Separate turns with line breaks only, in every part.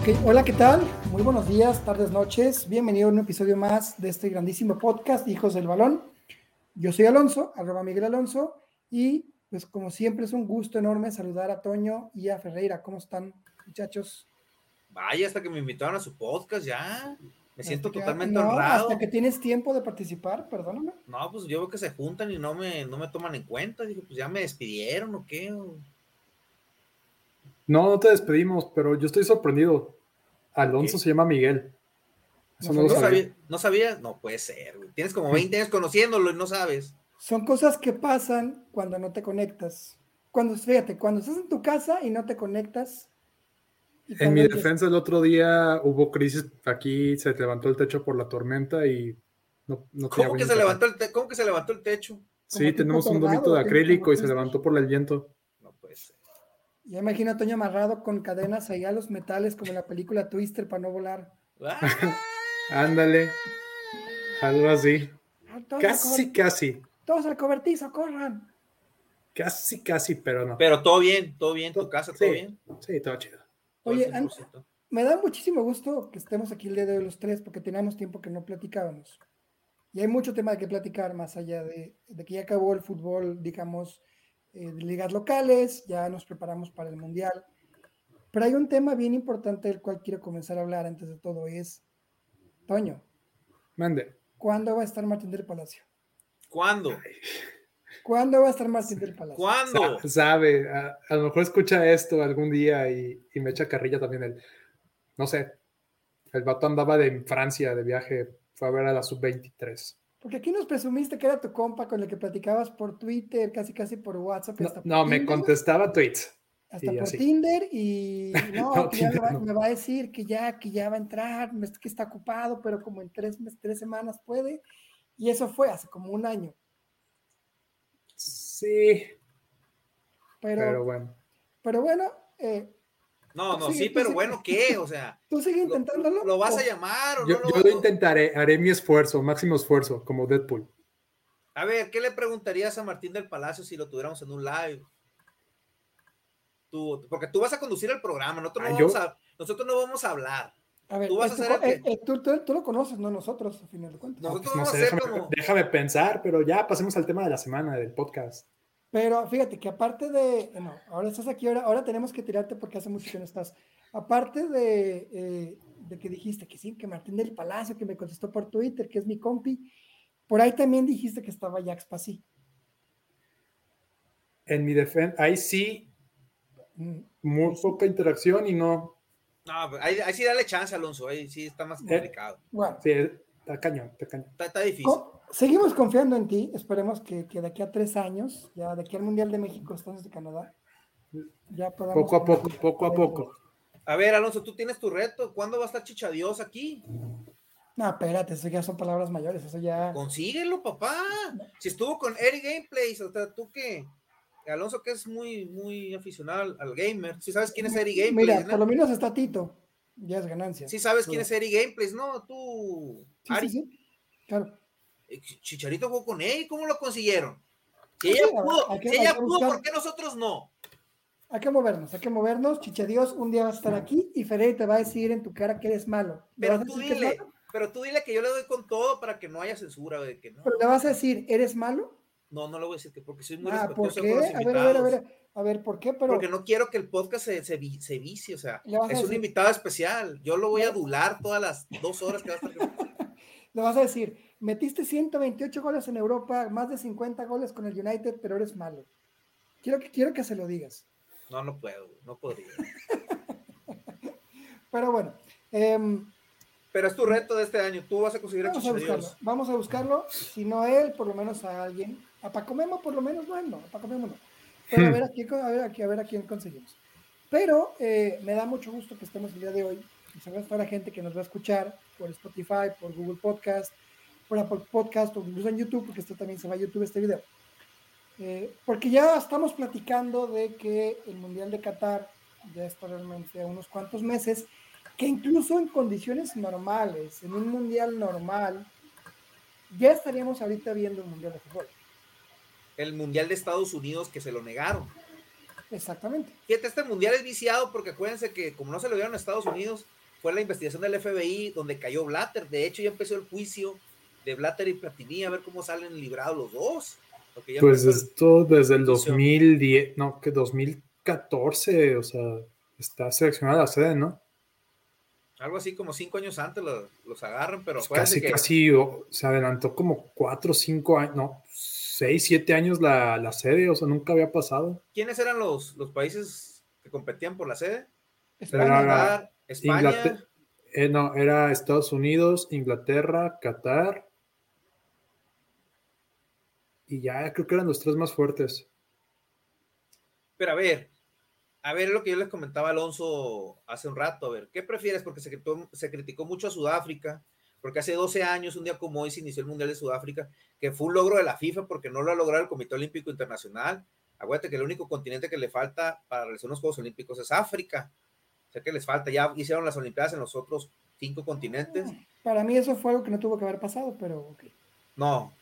Ok, hola, ¿qué tal? Muy buenos días, tardes, noches. Bienvenido a un episodio más de este grandísimo podcast, Hijos del Balón. Yo soy Alonso, arroba Miguel Alonso, y pues como siempre es un gusto enorme saludar a Toño y a Ferreira. ¿Cómo están, muchachos?
Vaya, hasta que me invitaron a su podcast ya. Me siento
Hasta que-
totalmente
no,
honrado.
Hasta que tienes tiempo de participar, perdóname.
No, pues yo veo que se juntan y no me, no me toman en cuenta. Dije, pues ya me despidieron o qué. o-
No, no te despedimos, pero yo estoy sorprendido. Alonso
¿Qué?
se llama Miguel. Eso no,
No
lo
No
sabía.
sabía, no sabía, no puede ser. güey. Tienes como 20 años conociéndolo y no sabes.
Son cosas que pasan cuando no te conectas. Cuando, fíjate, cuando estás en tu casa y no te conectas. y
En mi
cuando-
defensa, el otro día hubo crisis. Aquí se levantó el techo por la tormenta y no,
¿Cómo
no tenía
que,
buen
se
internet.
levantó el te- ¿Cómo que se levantó el techo?
Como
Sí,
tipo
tenemos un
tornado,
domito de
¿qué?
acrílico y se
Como-
levantó por el viento.
No puede ser.
Ya imagino a Toño amarrado con cadenas ahí a los metales como en la película Twister para no volar.
Ah,
Ándale, algo así.
Ah, Todos, al
Casi,
cober-
casi,
todos al cobertizo, corran.
casi, casi, pero no.
Pero todo bien, todo bien, tu casa, todo
Sí.
bien.
Sí, todo chido.
Todo
Oye,
al
an-
100%.
Me da muchísimo gusto que estemos aquí el día de hoy los tres porque teníamos tiempo que no platicábamos. Y hay mucho tema de que platicar más allá de, de que ya acabó el fútbol, digamos, eh, de ligas locales, ya nos preparamos para el Mundial. Pero hay un tema bien importante del cual quiero comenzar a hablar antes de todo, y es, Toño,
Mande.
¿cuándo va a estar Martín del Palacio?
¿Cuándo?
¿Cuándo va a estar Martín del Palacio?
¿Cuándo?
Sa- Sabe, a, a lo mejor escucha esto algún día y, y me echa carrilla también él. No sé, el vato andaba de en Francia de viaje, fue a ver a la sub-23.
Porque aquí nos presumiste que era tu compa con el que platicabas por Twitter, casi casi por WhatsApp.
No,
hasta por
no, me
Tinder,
contestaba tweets.
Hasta
y
por
así.
Tinder y no,
No,
que ya me,
Tinder
va,
no.
me va a decir que ya, que ya va a entrar, me- que está ocupado, pero como en tres, mes- tres semanas puede. Y eso fue hace como un año.
Sí,
Pero,
pero,
pero,
bueno.
bueno, eh,
No, no,
Sigue,
sí,
tú
pero
sigue.
bueno, ¿qué? O sea,
tú sigue
¿lo,
intentándolo.
lo vas a
o-
llamar o
Yo,
no
yo
lo-
lo intentaré, haré mi esfuerzo, máximo esfuerzo, como Deadpool.
A ver, ¿qué le preguntarías a Martín del Palacio si lo tuviéramos en un live? Tú, porque tú vas a conducir el programa, nosotros no,
Ah,
vamos,
yo-
a, nosotros no vamos a hablar.
A ver,
tú vas a
este
ser
co-
el
eh, eh, tú, tú- tú lo conoces, no nosotros, a final de cuentas.
No. Nosotros
Pues no
vamos a
sé,
hacer
déjame,
como-
déjame pensar, pero ya pasemos al tema de la semana del podcast.
Pero fíjate que aparte de, no, ahora estás aquí, ahora, ahora tenemos que tirarte porque hace mucho que no estás. Aparte de, eh, de que dijiste que sí, que Martín del Palacio, que me contestó por Twitter, que es mi compi, por ahí también dijiste que estaba Jax Pasí.
En mi defensa, ahí sí,
Mm,
muy poca interacción y no,
No, pero ahí, ahí sí dale chance, Alonso, ahí sí está
Eh,
más complicado.
Bueno,
sí, está cañón, está cañón.
Está, está difícil.
co- seguimos confiando en ti, esperemos que, que de aquí a tres años, ya de aquí al Mundial de México, Estados de Canadá, ya podamos...
Poco a poco, poco a poco.
A ver, Alonso, tú tienes tu reto. ¿Cuándo va a estar Chicha Dios aquí?
No, espérate, eso ya son palabras mayores, eso ya...
Consíguelo, papá. Si estuvo con Eric Gameplays, o sea, tú que. Alonso, que es muy, muy aficionado al, al gamer. Si sabes quién es Eric Gameplays,
Mira,
¿no?
por lo menos está Tito, ya es ganancia.
Si sabes quién es Eric Gameplays, no, tú.
Sí,
Ari,
sí, sí. Claro.
Eh, Chicharito jugó con él, ¿cómo lo consiguieron? Si
Sí,
ella
a ver,
pudo,
hay que-
si
hay
ella
que
pudo,
buscar.
¿por qué nosotros no?
Hay que movernos, hay que movernos. Chiche Dios, un día va a estar aquí y Ferey te va a decir en tu cara que eres malo. Le
Pero
vas a
tú
decir que es
dile,
malo,
pero tú dile que yo le doy con todo para que no haya censura, de que no,
pero le vas a decir, ¿eres malo?
no, no lo voy a decir que porque soy muy
ah, ¿por
respetuoso
qué?
con los
A ver, a ver, a
invitados.
ver, a ver, ¿por qué? Pero
Porque no quiero que el podcast se, se, vi- se vicie, o sea,
Le vas a
es un
decir-
invitado especial. Yo lo voy a adular todas las dos horas que va a estar.
le vas a decir, metiste 128 goles en Europa, más de 50 goles con el United, pero eres malo. Quiero que, quiero que se lo digas.
No, no puedo, no podría.
Pero bueno, em,
Pero es tu reto de este año, tú vas a conseguir a
vamos a buscarlo.
Chicharito.
Vamos a buscarlo. Si no a él, por lo menos a alguien. A Paco Memo, por lo menos, no, no, a Paco Memo no. Pero a
Hmm.
ver a quién, a ver, a quién- a ver a quién conseguimos. Pero eh, me da mucho gusto que estemos el día de hoy. Y sobre todo a la gente que nos va a escuchar por Spotify, por Google Podcast, por Apple Podcast, o incluso en YouTube, porque esto también se va a YouTube este video. Eh, porque ya estamos platicando de que el Mundial de Qatar ya está realmente a unos cuantos meses, que incluso en condiciones normales, en un Mundial normal, ya estaríamos ahorita viendo el Mundial de Fútbol.
El Mundial de Estados Unidos que se lo negaron.
Exactamente.
Fíjate, este mundial es viciado porque acuérdense que como no se lo dieron a Estados Unidos, fue la investigación del FBI donde cayó Blatter. De hecho, ya empezó el juicio de Blatter y Platini a ver cómo salen librados los dos. Porque ya
Pues
empezó el-
esto desde el
Juicio.
2010, no, que 2014, o sea, está seleccionada la sede, ¿no?
algo así como cinco años antes lo- los agarran, pero
Pues
acuérdense
casi,
que-
casi o- se adelantó como 4, 5 años, no, 6, 7 años la, la sede, o sea, nunca había pasado.
¿quiénes eran los, los países que competían por la sede?
España,
Pero ahora-
Qatar, España,
Inglaterra. Eh, no, era Estados Unidos, Inglaterra, Qatar. Y ya creo que eran los tres más fuertes.
Pero a ver, a ver lo que yo les comentaba a Alonso hace un rato, a ver, ¿qué prefieres? Porque se criticó, se criticó mucho a Sudáfrica, porque hace 12 años, un día como hoy, se inició el Mundial de Sudáfrica, que fue un logro de la FIFA porque no lo ha logrado el Comité Olímpico Internacional. Acuérdate que el único continente que le falta para realizar unos Juegos Olímpicos es África. O sea que les falta, ya hicieron las Olimpiadas en los otros cinco continentes.
Para mí eso fue algo que no tuvo que haber pasado, pero ok.
No.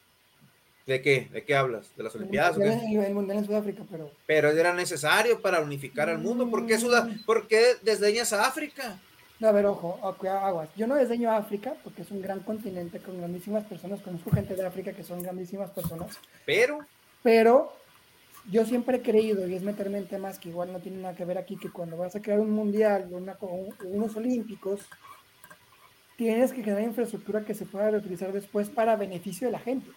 ¿De qué? ¿De qué hablas? ¿De las
El
Olimpiadas? o qué?
mundial, el- el mundial en Sudáfrica, pero
Pero era necesario para unificar al mundo. ¿Por qué, Sudá-
Mm.
¿Por qué desdeñas a África?
No, a ver, ojo, acu- aguas. Yo no desdeño a África porque es un gran continente con grandísimas personas. Conozco gente de África que son grandísimas personas.
Pero,
Pero yo siempre he creído, y es meterme en temas que igual no tienen nada que ver aquí, que cuando vas a crear un mundial o, una co- o unos olímpicos, tienes que generar infraestructura que se pueda reutilizar después para beneficio de la gente.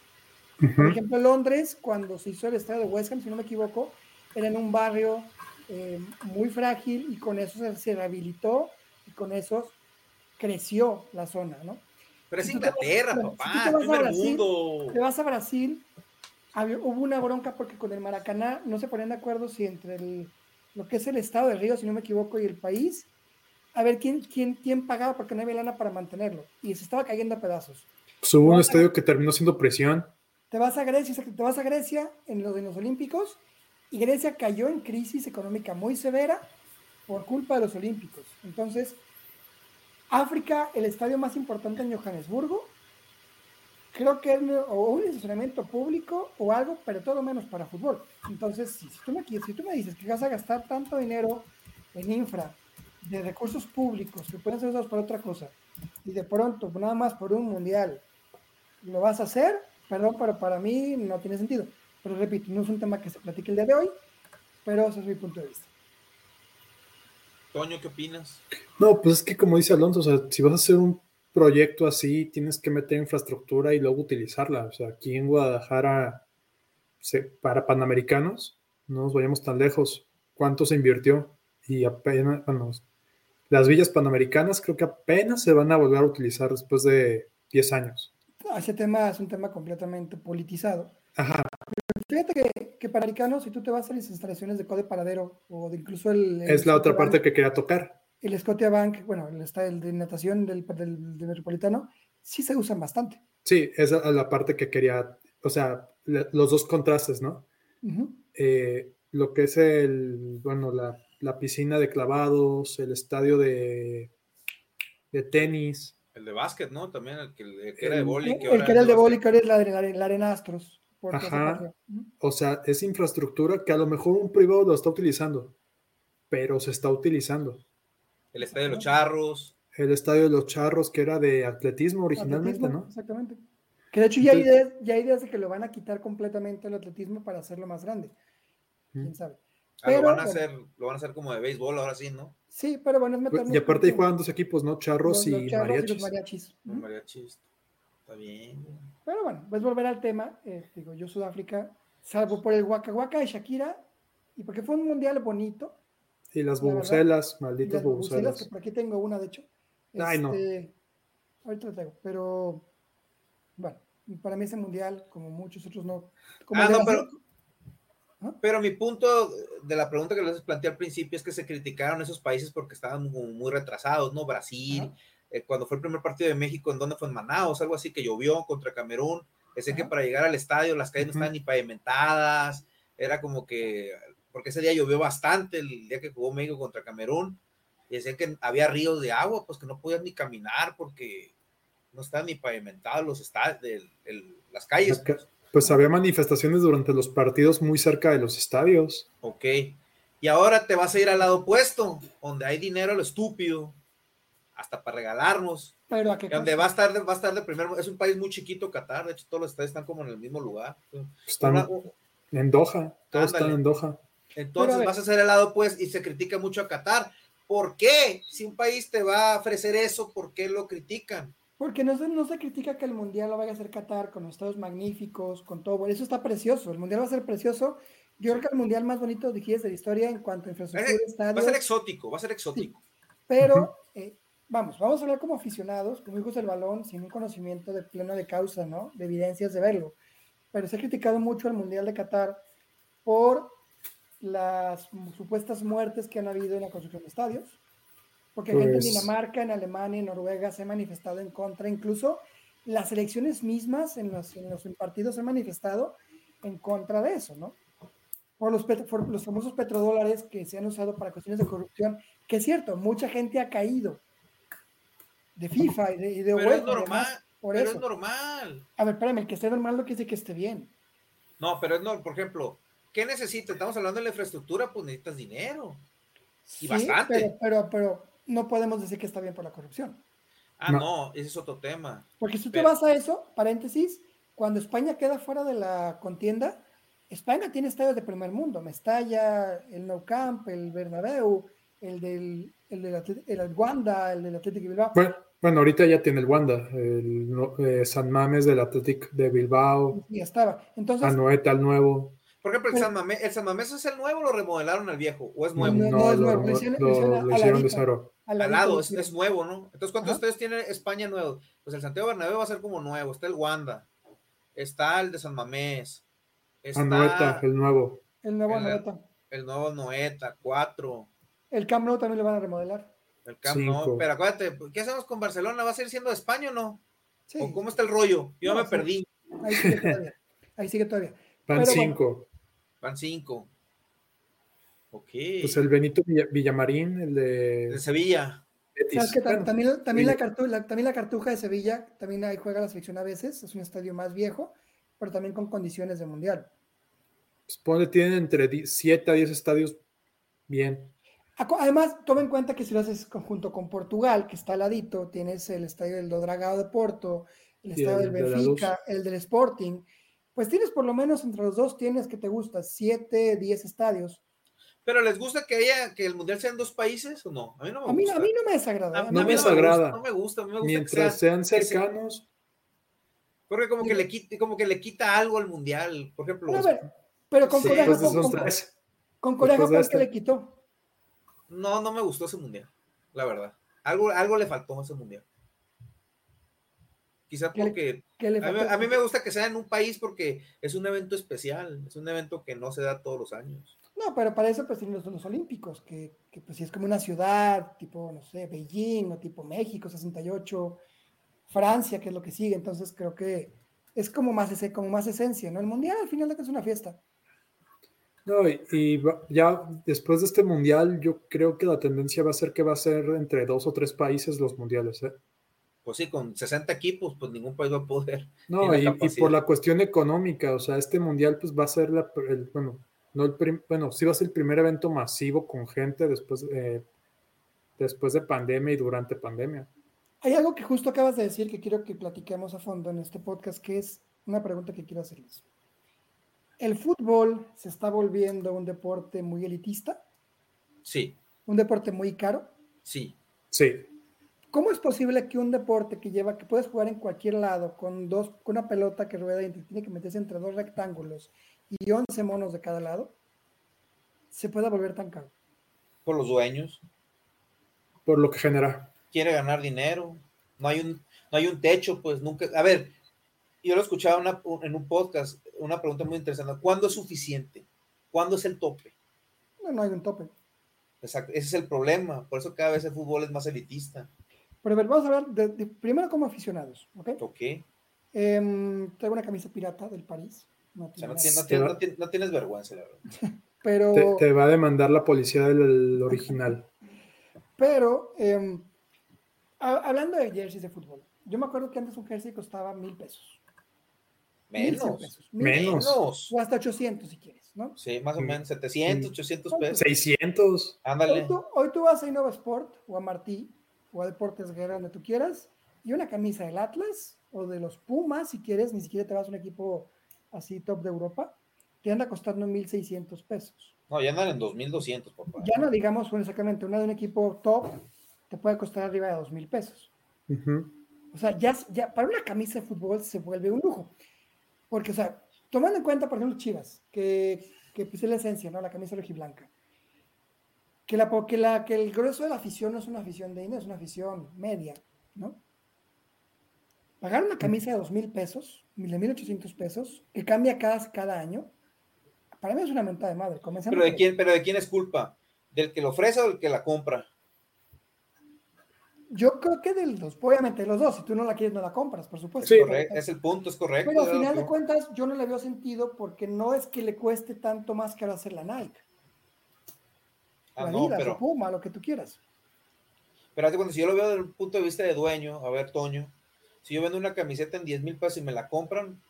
Por ejemplo, Londres, cuando se hizo el estadio de West Ham, si no me equivoco, era en un barrio eh, muy frágil y con eso se, se rehabilitó y con eso creció la zona, ¿no?
pero es
Si tú te vas-
Inglaterra,
bueno, si tú
papá,
te vas a
primer
Brasil,
mundo.
Te vas a Brasil, había- hubo una bronca porque con el Maracaná no se ponían de acuerdo si entre el- lo que es el estado de Río, si no me equivoco, y el país, a ver quién, quién, quién pagaba porque no había lana para mantenerlo y se estaba cayendo a pedazos.
Pues hubo un estadio que terminó siendo prisión.
Te vas a Grecia, exacto, te vas a Grecia en los, en los Olímpicos y Grecia cayó en crisis económica muy severa por culpa de los Olímpicos. Entonces, África, el estadio más importante en Johannesburgo, creo que es un- o un estacionamiento público o algo, pero todo menos para fútbol. Entonces, si, si tú me, qui- si tú me dices que vas a gastar tanto dinero en infra, de recursos públicos que pueden ser usados para otra cosa, y de pronto, nada más por un mundial, lo vas a hacer, perdón, pero para mí no tiene sentido. Pero repito, no es un tema que se platique el día de hoy, pero ese es mi punto de vista.
Toño, ¿qué opinas?
No, pues es que como dice Alonso, o sea, si vas a hacer un proyecto así, tienes que meter infraestructura y luego utilizarla. O sea, aquí en Guadalajara, se- para panamericanos, no nos vayamos tan lejos. ¿Cuánto se invirtió? Y apenas, bueno, las villas panamericanas creo que apenas se van a volver a utilizar después de 10 años.
Ese tema es un tema completamente politizado.
Ajá.
Fíjate que, que para americanos, si tú te vas a las instalaciones de Code Paradero o de incluso el... el
Es la otra
Scotiabank-
parte que quería tocar.
El Scotiabank, bueno, el, está el de natación del, del- del metropolitano, sí se usan bastante.
Sí, esa es la parte que quería, o sea, la- los dos contrastes, ¿no?
Ujú.
eh, lo que es el, bueno, la, la piscina de clavados, el estadio de, de tenis,
El de básquet, ¿no? También el que, el que era de
El-
boli.
El, el que era el de boli, que ahora es la, de- la, de- la arena Astros. por
Ajá.
Plaza Patria. Ujú.
o sea, es infraestructura que a lo mejor un privado lo está utilizando, pero se está utilizando.
El estadio de los charros.
El estadio de los charros, que era de atletismo originalmente,
Atletismo,
Pues, ¿no?
Exactamente. Que de hecho ya hay,
Entonces-
ideas, ya hay ideas de que lo van a quitar completamente el atletismo para hacerlo más grande.
Mm.
¿Quién sabe?
Ah, lo,
Pero,
van a
bueno.
hacer, lo van a hacer como de béisbol ahora sí, ¿no?
Sí, pero bueno, es meternos
Pues, Y aparte ahí
con-
juegan dos equipos, ¿no? Charros
los- los
y
charros los
mariachis.
mariachis.
Los
Ujú.
mariachis. Está bien.
Pero bueno, pues volver al tema. eh, digo, yo Sudáfrica, salvo por el Waka Waka de Shakira, y porque fue un mundial bonito.
Y las
La verdad.
bubucelas,
y
malditas
las bubucelas, que
bubucelas.
por aquí tengo una, de hecho.
Ay, no.
Este, Ahorita la traigo, pero bueno, para mí ese mundial, como muchos otros, no. como
Ah,
el de
no,
Brasil,
pero- Pero mi punto de la pregunta que les planteé al principio es que se criticaron esos países porque estaban como muy retrasados, ¿no? Brasil,
Ajá.
eh, cuando fue el primer partido de México, ¿en dónde fue? En Manaus, algo así, que llovió contra Camerún. Pensé que
Ajá.
para llegar al estadio las calles no
Ujú.
estaban ni pavimentadas, era como que, porque ese día llovió bastante, el día que jugó México contra Camerún, y decían que había ríos de agua, pues que no podían ni caminar porque no estaban ni pavimentados los estadios, las calles.
Acá- Pues había manifestaciones durante los partidos muy cerca de los estadios.
Ok. Y ahora te vas a ir al lado opuesto, donde hay dinero a lo estúpido. hasta para regalarnos.
Pero a qué
Donde va a estar, de- va a estar de primer, es un país muy chiquito Qatar, de hecho todos los estadios están como en el mismo lugar.
Están
Una- u-
en Doha,
Ándale.
todos están en Doha.
entonces
a ver.
vas a ser helado pues y se critica mucho a Qatar. ¿Por qué? Si un país te va a ofrecer eso, ¿por qué lo critican?
Porque no se, no se critica que el mundial lo vaya a hacer Qatar con los estados magníficos, con todo. bueno, Eso está precioso. El mundial va a ser precioso. Yo creo que el mundial más bonito de de la historia en cuanto a infraestructura,
Eh, Va a ser
estadios.
exótico, va a ser exótico.
Pero eh, vamos, vamos a hablar como aficionados, como hijos del balón, sin un conocimiento de pleno de causa, ¿no? De evidencias de verlo. Pero se ha criticado mucho al mundial de Qatar por las supuestas muertes que han habido en la construcción de estadios. Porque gente en
Pues-
Dinamarca, en Alemania, en Noruega se ha manifestado en contra, incluso las elecciones mismas en los, en los partidos se han manifestado en contra de eso, ¿no? Por los, pet- por los famosos petrodólares que se han usado para cuestiones de corrupción, que es cierto, mucha gente ha caído de FIFA y de, y de
Pero
UEFA
es
y
normal,
demás por
pero
eso.
es normal.
A ver, espérame, el que esté normal no quiere decir que esté bien.
No, pero es normal, por ejemplo, ¿qué necesitas? Estamos hablando de la infraestructura, pues necesitas dinero.
Sí,
bastante.
Pero, pero, pero no podemos decir que está bien por la corrupción.
Ah,
No.
no, ese es otro tema.
Porque si tú
Pero-
vas a eso, paréntesis, cuando España queda fuera de la contienda, España tiene estadios de primer mundo, Mestalla, el Nou Camp, el Bernabéu, el del el del Atlet- el Wanda, el del Atlético de Bilbao.
Bueno, bueno, ahorita ya tiene el Wanda, el no- eh, San Mames del Athletic de Bilbao,
y ya estaba. Entonces,
Anoeta el nuevo.
Por ejemplo, el
Pero-
San, Mamés, el San Mamés es el nuevo, lo remodelaron al viejo, o es
No,
nuevo.
no,
lo,
es nuevo,
lo-
lo hicieron-
lo-
lo hicieron
lo
al
hicieron de
ladito.
cero.
al
al
ladito
lado,
de
es,
Chile.
es nuevo, ¿no? Entonces, ¿cuántos
Ajá.
ustedes tiene España nuevo? Pues el Santiago Bernabéu va a ser como nuevo, está el Wanda, está el de San Mamés, está
Anoeta,
el,
el nuevo.
el nuevo
el-
Anoeta.
nuevo Noeta, cuatro,
El Camp Nou también lo van a remodelar.
el Camp Nou.
Cinco.
Pero acuérdate, ¿qué hacemos con Barcelona? ¿Va a seguir siendo de España o no?
Sí,
¿O cómo está el rollo? Yo
No,
me
sí.
perdí,
ahí sigue todavía. Ahí sigue todavía. Pero
Van
bueno.
cinco.
van cinco. Ok.
Pues el Benito Villa- Villamarín, el
De
de
Sevilla.
Betis.
¿Sabes qué? Tam-
Bueno,
también, también, la
sí.
cartu- la- también la Cartuja de Sevilla, también ahí juega la selección a veces, es un estadio más viejo, pero también con condiciones de mundial.
pues ponle, tienen entre 7 a 10 estadios bien.
Acu- Además, toma en cuenta que si lo haces con- junto con Portugal, que está al ladito, tienes el estadio del Dodragado de Porto, el
Y
estadio
el de
del
la
Benfica, el del Sporting, pues tienes por lo menos entre los dos, tienes que te gusta, 7, 10 estadios.
Pero ¿les gusta que haya que el mundial sea en dos países o no? A mí no me
A mí,
gusta.
a mí no me desagrada.
A-
¿eh? A
a mí
mí
no me
me-
gusta,
desagrada.
No me gusta, a mí me gusta que sea-
Mientras sean
sea-
cercanos,
Porque como que
Mira.
le quita, como que le quita algo al mundial. Por ejemplo,
No, a ver, pero con
Sí,
Corea,
pues
Después
Japón,
son
con,
tres.
con Corea,
después de
Japón,
este.
¿qué le quitó?
no, no me gustó ese mundial, la verdad. Algo, algo le faltó a ese mundial. Quizá
¿Qué le-
porque
¿Qué le
a mí,
faltó?
a mí me gusta que sea en un país porque es un evento especial, es un evento que no se da todos los años.
No, pero para eso pues tienen los, los Olímpicos, que, que pues si es como una ciudad, tipo, no sé, Beijing o tipo México, 68, Francia, que es lo que sigue, entonces creo que es como más, ese, como más esencia, ¿no? El Mundial al final de que es una fiesta.
No, y, y va- ya después de este mundial, yo creo que la tendencia va a ser que va a ser entre dos o tres países los mundiales. ¿eh?
Pues sí, con 60 equipos, pues ningún país va a poder.
No,
la
y, y
capacidad.
por la cuestión económica, o sea, este mundial pues va a ser la, pr- el- bueno, no el prim- bueno, sí va a ser el primer evento masivo con gente después, eh, después de pandemia y durante pandemia.
Hay algo que justo acabas de decir que quiero que platiquemos a fondo en este podcast, que es una pregunta que quiero hacerles. ¿El fútbol se está volviendo un deporte muy elitista?
Sí,
¿Un deporte muy caro?
sí.
Sí,
¿Cómo es posible que un deporte que lleva, que puedes jugar en cualquier lado, con dos, con una pelota que rueda y te tiene que meterse entre dos rectángulos y 11 monos de cada lado, se pueda volver tan caro?
Por los dueños.
por lo que genera.
quiere ganar dinero, no hay un, no hay un techo, pues nunca. A ver, yo lo escuchaba una- en un podcast, una pregunta muy interesante: ¿cuándo es suficiente? ¿Cuándo es el tope?
No, no hay un tope.
Exacto, ese es el problema, por eso cada vez el fútbol es más elitista.
Pero a ver, vamos a hablar de, de- primero como aficionados, ¿ok?
¿Ok?
Em, traigo una camisa pirata del París. No
O sea,
tiene nada.
no, tienes- no tienes- no tienes- no tienes vergüenza, la verdad.
pero
Te, te va a demandar la policía del del original.
Pero em, ha- hablando de jerseys de fútbol, yo me acuerdo que antes un jersey costaba mil pesos. mil cien
Menos.
pesos, mil-
Menos.
Menos.
O hasta 800 si quieres, ¿no?
Sí, más o menos, 700, 800 pesos.
600.
Hoy
Ándale.
tú, hoy tú vas a Innova Sport o a Martí o a Deportes Guerra, donde tú quieras, y una camisa del Atlas o de los Pumas, si quieres, ni siquiera te vas a un equipo así top de Europa, te anda costando 1.600 pesos.
No, ya andan en 2.200, por favor.
Ya no digamos, bueno, exactamente, una de un equipo top te puede costar arriba de 2.000 pesos.
Ujú.
O sea, ya, ya para una camisa de fútbol se vuelve un lujo. Porque, o sea, tomando en cuenta, por ejemplo, Chivas, que, que pues, es la esencia, ¿no? La camisa rojiblanca. Que, la, po- que, la, que el grueso de la afición no es una afición de dinero, es una afición media, ¿no? Pagar una camisa de dos mil pesos, de mil ochocientos pesos, que cambia cada, cada año, para mí es una mentada de madre. Comencemos
Pero de
por-
quién, pero de quién es culpa, del que lo ofrece o del que la compra.
Yo creo que del dos, obviamente los dos, si tú no la quieres, no la compras, por supuesto.
Sí.
Correcto, es el punto, es correcto.
Pero al
es lo
final
que-
de cuentas, yo no le veo sentido porque no es que le cueste tanto más que ahora hacer la Nike,
Ah,
la
no,
Adidas, la
pero,
Puma, lo que tú quieras.
pero hazte cuenta, si yo lo veo desde el punto de vista de dueño, a ver, Toño, si yo vendo una camiseta en 10 mil pesos y me la compran,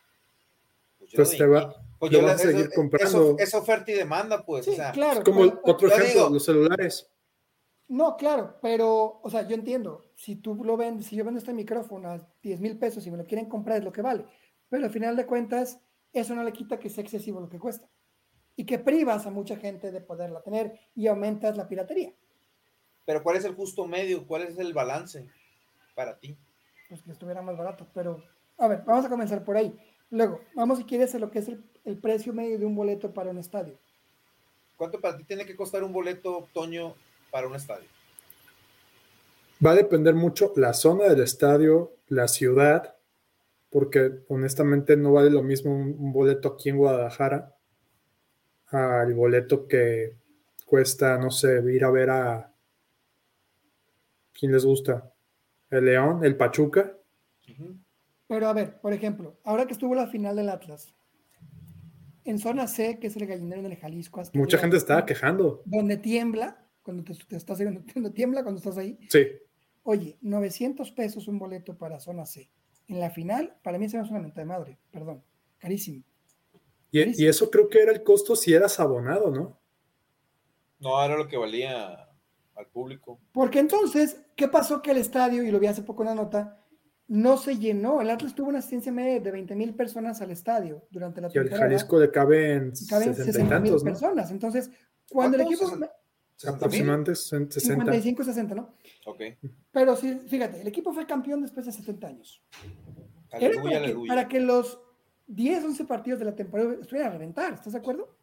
pues yo,
Pues
doy-
te va-
pues
lo
yo la-
vas a seguir
eso-
comprando.
eso- es oferta y demanda, pues.
Sí,
o sea,
claro.
es como
pero-
otro
yo
ejemplo,
digo-
los celulares.
No, claro, pero, o sea, yo entiendo, si tú lo vendes, si yo vendo este micrófono a 10 mil pesos y me lo quieren comprar es lo que vale, pero al final de cuentas, eso no le quita que sea excesivo lo que cuesta y que privas a mucha gente de poderla tener y aumentas la piratería.
Pero ¿cuál es el justo medio? ¿Cuál es el balance para ti?
pues que estuviera más barato, pero a ver, vamos a comenzar por ahí. Luego, vamos si quieres a lo que es el, el precio medio de un boleto para un estadio.
¿Cuánto para ti tiene que costar un boleto, Toño, para un estadio?
Va a depender mucho la zona del estadio, la ciudad, porque honestamente no vale lo mismo un, un boleto aquí en Guadalajara al boleto que cuesta, no sé, ir a ver a... ¿Quién les gusta? ¿El León? ¿El Pachuca?
Ujú.
Pero a ver, por ejemplo, ahora que estuvo la final del Atlas, en zona C, que es el gallinero del Jalisco, hasta
Mucha
arriba,
gente estaba quejando.
Donde tiembla, cuando te, te estás ahí, donde, donde tiembla cuando estás ahí.
Sí,
Oye, 900 pesos un boleto para zona C. En la final, para mí se me hace una menta de madre, perdón, carísimo.
y, y eso creo que era el costo si eras abonado, ¿no?
No, era lo que valía al público.
Porque entonces, ¿qué pasó que el estadio, y lo vi hace poco en la nota, no se llenó? El Atlas tuvo una asistencia media de 20 mil personas al estadio durante la
Y al
temporada.
Jalisco le caben
y caben
60 y
60 mil
tantos, ¿no?
personas. Entonces, cuando el
¿Cuánto?
equipo...
¿60? ¿60,000?
Aproximadamente 60.
55, 60, ¿no?
Ok.
Pero sí, fíjate, el equipo fue campeón después de 70 años. Era para,
Aleluya,
que,
aleluya.
para que los 10, 11 partidos de la temporada estuvieran a reventar, ¿estás de acuerdo?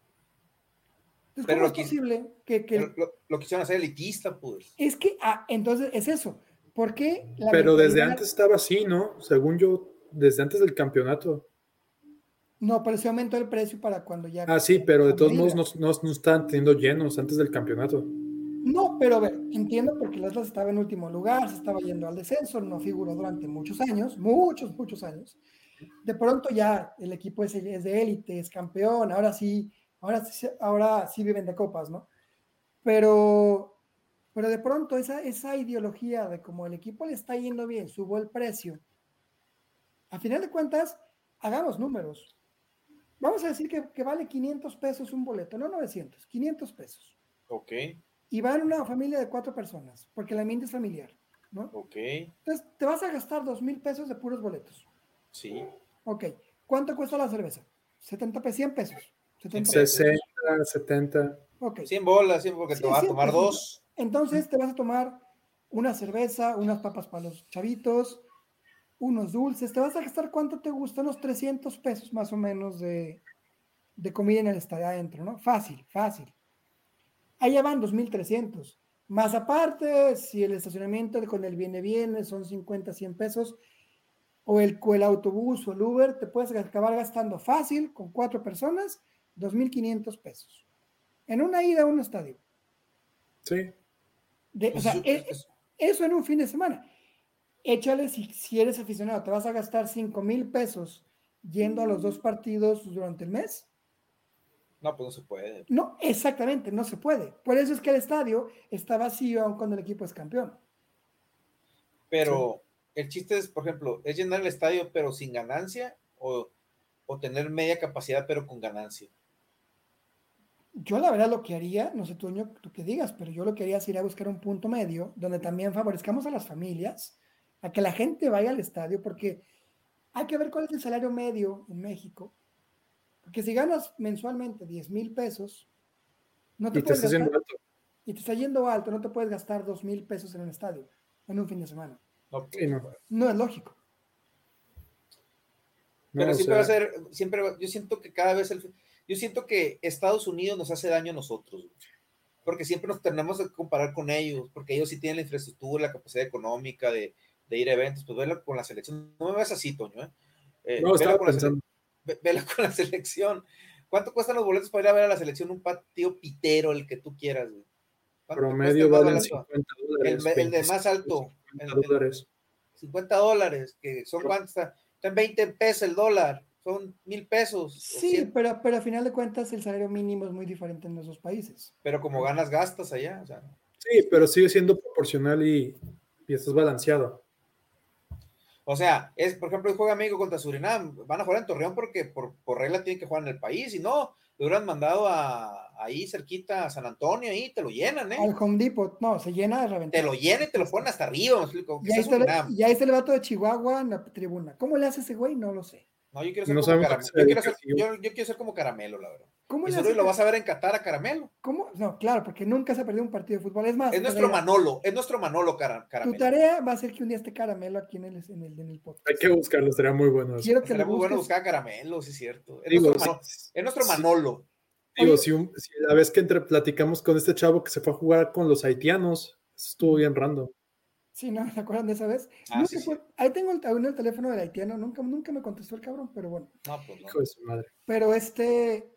Entonces,
Pero
¿cómo es
aquí-
posible que... que-
Pero Lo, lo quisieron hacer elitista, pues.
Es que, ah, entonces, es eso. ¿Por qué? la
Pero desde
mentalidad-
antes estaba así, ¿no? Según yo, desde antes del campeonato.
No, pero se aumentó el precio para cuando ya.
Ah, sí, pero de todos
Medida.
modos no, no- no estaban teniendo llenos antes del campeonato.
No, pero a ver, entiendo porque el Atlas estaba en último lugar, se estaba yendo al descenso, no figuró durante muchos años, muchos, muchos años. De pronto ya el equipo es, es de élite, es campeón, ahora sí, ahora sí, ahora sí viven de copas, ¿no? Pero, pero de pronto esa, esa ideología de como el equipo le está yendo bien, subo el precio. A final de cuentas, hagamos números. Vamos a decir que, que vale 500 pesos un boleto, no 900, 500 pesos
Ok,
y va en una familia de cuatro personas, porque la ambiente es familiar, ¿no?
ok,
Entonces, te vas a gastar dos mil pesos de puros boletos.
sí.
Ok, ¿cuánto cuesta la cerveza? 70 pesos, 100 pesos. 70
Sí,
pesos.
60, 70.
Ok,
100 bolas, 100 porque
Sí,
te vas a
sí,
tomar
por ejemplo.
dos.
entonces te vas a tomar una cerveza, unas papas para los chavitos, unos dulces, te vas a gastar cuánto te gusta, unos 300 pesos más o menos de, de comida en el estadio adentro, ¿no? Fácil, fácil. Allá van 2.300. Más aparte, si el estacionamiento con el viene-viene son 50, 100 pesos, o el, o el autobús o el Uber, te puedes acabar gastando fácil con cuatro personas 2.500 pesos. En una ida a un estadio.
Sí.
De- o
Pues
sea,
eso-
eh,
e-
eso-
eso en un fin de semana. Échale si, si eres aficionado, te vas a gastar 5 mil pesos yendo a los dos partidos durante el mes.
no, pues no se puede.
No, exactamente, no se puede. Por eso es que el estadio está vacío aun cuando el equipo es campeón.
Pero el chiste es, por ejemplo, es llenar el estadio pero sin ganancia o, o tener media capacidad pero con ganancia.
Yo la verdad lo que haría, no sé tú, tú qué digas, pero yo lo que haría es ir a buscar un punto medio donde también favorezcamos a las familias, a que la gente vaya al estadio, porque hay que ver cuál es el salario medio en México. Porque si ganas mensualmente 10 mil pesos, no te,
Y te
puedes
estás
gastar,
yendo alto.
y te está yendo alto, no te puedes gastar 2 mil pesos en un estadio, en un fin de semana.
No, pues,
Sí, no.
No es lógico.
No,
Pero
o
siempre va a
sea,
ser, siempre va- yo siento que cada vez el, yo siento que Estados Unidos nos hace daño a nosotros, güey. porque siempre nos tenemos que comparar con ellos, porque ellos sí tienen la infraestructura, la capacidad económica de, de ir a eventos, pues vela con la selección, no me veas así, Toño, ¿eh? Eh,
no,
vela
estaba
con la sele-
pensando.
ve- vela con la selección. ¿Cuánto cuestan los boletos para ir a ver a la selección? Un patio pitero, el que tú quieras, güey. ¿Cuánto
Promedio
cuesta el
valen
más
50
barato?
dólares.
Pues El- el de
25,
más alto, el-
50
el-
dólares.
50 dólares, que son cuántos, está está en 20 pesos el dólar, son mil pesos. o
Sí,
100,
pero, pero a final de cuentas el salario mínimo es muy diferente en los dos países.
pero como ganas gastas allá, o sea,
Sí, pero sigue siendo proporcional y, y estás balanceado.
o sea, es, por ejemplo, hoy juega México contra Surinam, van a jugar en Torreón porque por, por regla tienen que jugar en el país, si no, lo hubieran mandado a, ahí cerquita a San Antonio, ahí te lo llenan, ¿eh?
Al Home Depot, no, se llena de reventar.
Te lo llenan y te lo ponen hasta arriba, me explico.
Y
que
ahí, está
sea
el,
Surinam.
y ahí está el vato de Chihuahua en la tribuna. ¿cómo le hace ese güey? No lo sé.
No, yo quiero ser
No
como
sabemos a
caramelo.
qué
Yo quiero, ser,
se dedica el tío.
yo- yo quiero ser como caramelo, la verdad.
¿Cómo
Y
le
seguro
hace?
lo vas a ver en Qatar a caramelo.
¿Cómo? No, claro, porque nunca se ha perdido un partido de fútbol. Es más,
Es
tu
nuestro
tarea-
Manolo, es nuestro Manolo cara-
tu
caramelo.
tarea va a ser que un día esté caramelo aquí en el, en el, en el podcast.
Hay que buscarlo, sería muy bueno. eso.
Quiero que
Será
lo
muy
busques.
bueno buscar a caramelo, sí es cierto. Es
Digo,
nuestro Manolo.
si-
Es nuestro
Sí.
Manolo.
digo, si, un- si la vez que entre platicamos con este chavo que se fue a jugar con los haitianos, eso estuvo bien random.
Sí, ¿no? ¿Se acuerdan de esa vez?
Ah,
Nunca
sí, sí.
fue- Ahí tengo el, aún el teléfono del haitiano. Nunca, nunca me contestó el cabrón, pero bueno.
No, pues no.
Hijo de su madre.
Pero este...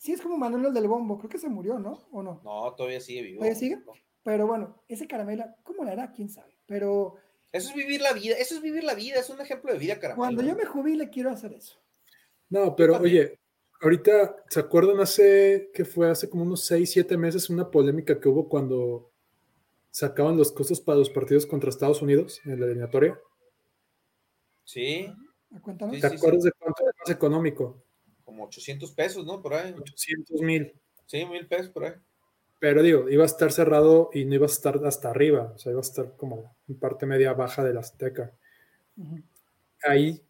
Sí, es como Manolo el del bombo. Creo que se murió, ¿no? ¿O no?
No, todavía sigue vivo.
¿Todavía sigue? Pero bueno, ese caramelo, ¿cómo le hará? ¿Quién sabe? Pero
Eso es vivir la vida, eso es vivir la vida, es un ejemplo de vida, caramelo.
cuando yo me jubile quiero hacer eso.
No, pero
también.
oye, ahorita, ¿se acuerdan hace, que fue hace como unos 6, 7 meses, una polémica que hubo cuando sacaban los costos para los partidos contra Estados Unidos en la eliminatoria?
Sí,
Cuéntanos.
Sí,
¿Te acuerdas de cuánto era más económico?
como 800 pesos, ¿no? Por ahí.
800 mil.
Sí, mil pesos por ahí.
Pero digo, iba a estar cerrado y no iba a estar hasta arriba, o sea, iba a estar como en parte media baja de la Azteca.
Ujú.
Ahí,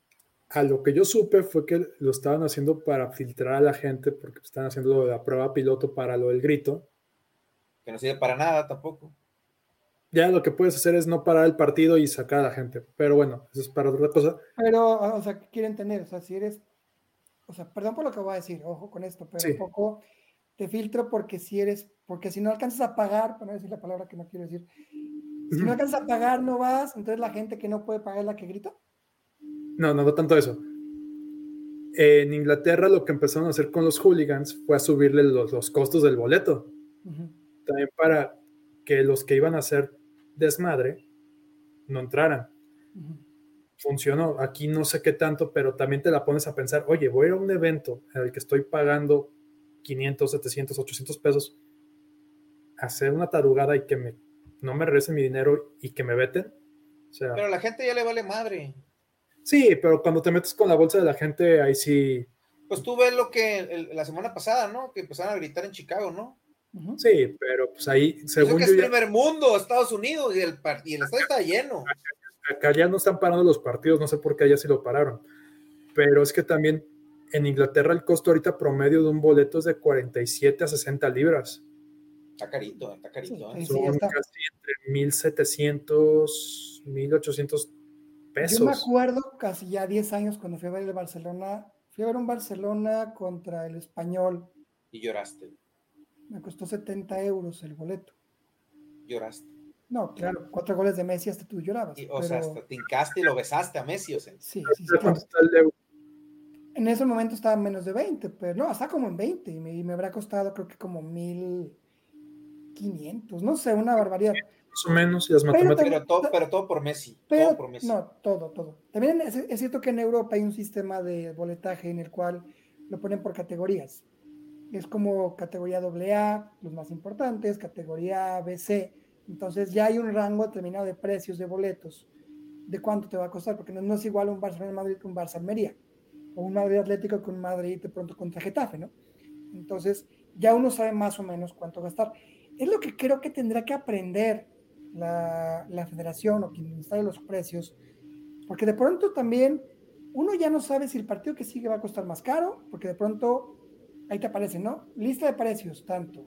a lo que yo supe fue que lo estaban haciendo para filtrar a la gente, porque están haciendo lo de la prueba piloto para lo del grito.
Que no sirve para nada tampoco.
Ya lo que puedes hacer es no parar el partido y sacar a la gente. Pero bueno, eso es para otra cosa.
Pero, o sea, ¿qué quiero entender? O sea, si eres, o sea, perdón por lo que voy a decir, ojo con esto, pero
Sí.
un poco te filtro porque si eres, porque si no alcanzas a pagar, para no decir la palabra que no quiero decir, si no alcanzas a pagar, no vas, entonces la gente que no puede pagar es la que grita.
No, no, no tanto eso. En Inglaterra lo que empezaron a hacer con los hooligans fue a subirle los, los costos del boleto.
Ujú.
También para que los que iban a hacer desmadre no entraran.
Ujú.
Funcionó. Aquí no sé qué tanto, pero también te la pones a pensar, oye, voy a ir a un evento en el que estoy pagando 500, 700, 800 pesos, hacer una tarugada y que me, no me regresen mi dinero y que me veten. O sea,
Pero a la gente ya le vale madre.
Sí, pero cuando te metes con la bolsa de la gente, ahí sí,
Pues tú ves lo que el- la semana pasada, ¿no? Que empezaron a gritar en Chicago, ¿no?
Ujú.
sí, pero pues ahí,
Eso
según
que
yo,
es
ya-
primer mundo, Estados Unidos, y el, par- y el estadio está lleno.
acá ya no están parando los partidos, no sé por qué allá sí lo pararon. Pero es que también en Inglaterra el costo ahorita promedio de un boleto es de 47 a 60 libras.
Está carito, está carito.
Sí, sí.
¿eh?
Son
está.
casi entre 1.700, 1.800 pesos.
Yo me acuerdo casi ya 10 años cuando fui a ver el Barcelona, fui a ver un Barcelona contra el español,
Y lloraste,
me costó 70 euros el boleto.
lloraste.
No, claro, cuatro goles de Messi hasta tú llorabas.
Y, o sea,
pero-
hasta te hincaste y lo besaste a Messi, o sea.
Sí, sí, sí, claro.
¿Cuánto está el euro?
En ese momento estaba en menos de 20, pero no, está como en 20 y me, y me habrá costado creo que como 1500, no sé, una barbaridad.
Más o menos, y las matemáticas.
Pero todo, pero todo por Messi.
Pero
todo por Messi.
no, todo, todo. También es, es cierto que en Europa hay un sistema de boletaje en el cual lo ponen por categorías. Es como categoría AA, los más importantes, categoría BC. Entonces ya hay un rango determinado de precios de boletos, de cuánto te va a costar, porque no, no es igual un Barcelona-Madrid que un Barça-Almería, o un Madrid-Atlético que un Madrid de pronto contra Getafe, ¿no? Entonces ya uno sabe más o menos cuánto gastar. Es lo que creo que tendrá que aprender la, la federación o quien instale los precios, porque de pronto también uno ya no sabe si el partido que sigue va a costar más caro, porque de pronto ahí te aparece, ¿no? Lista de precios, tanto.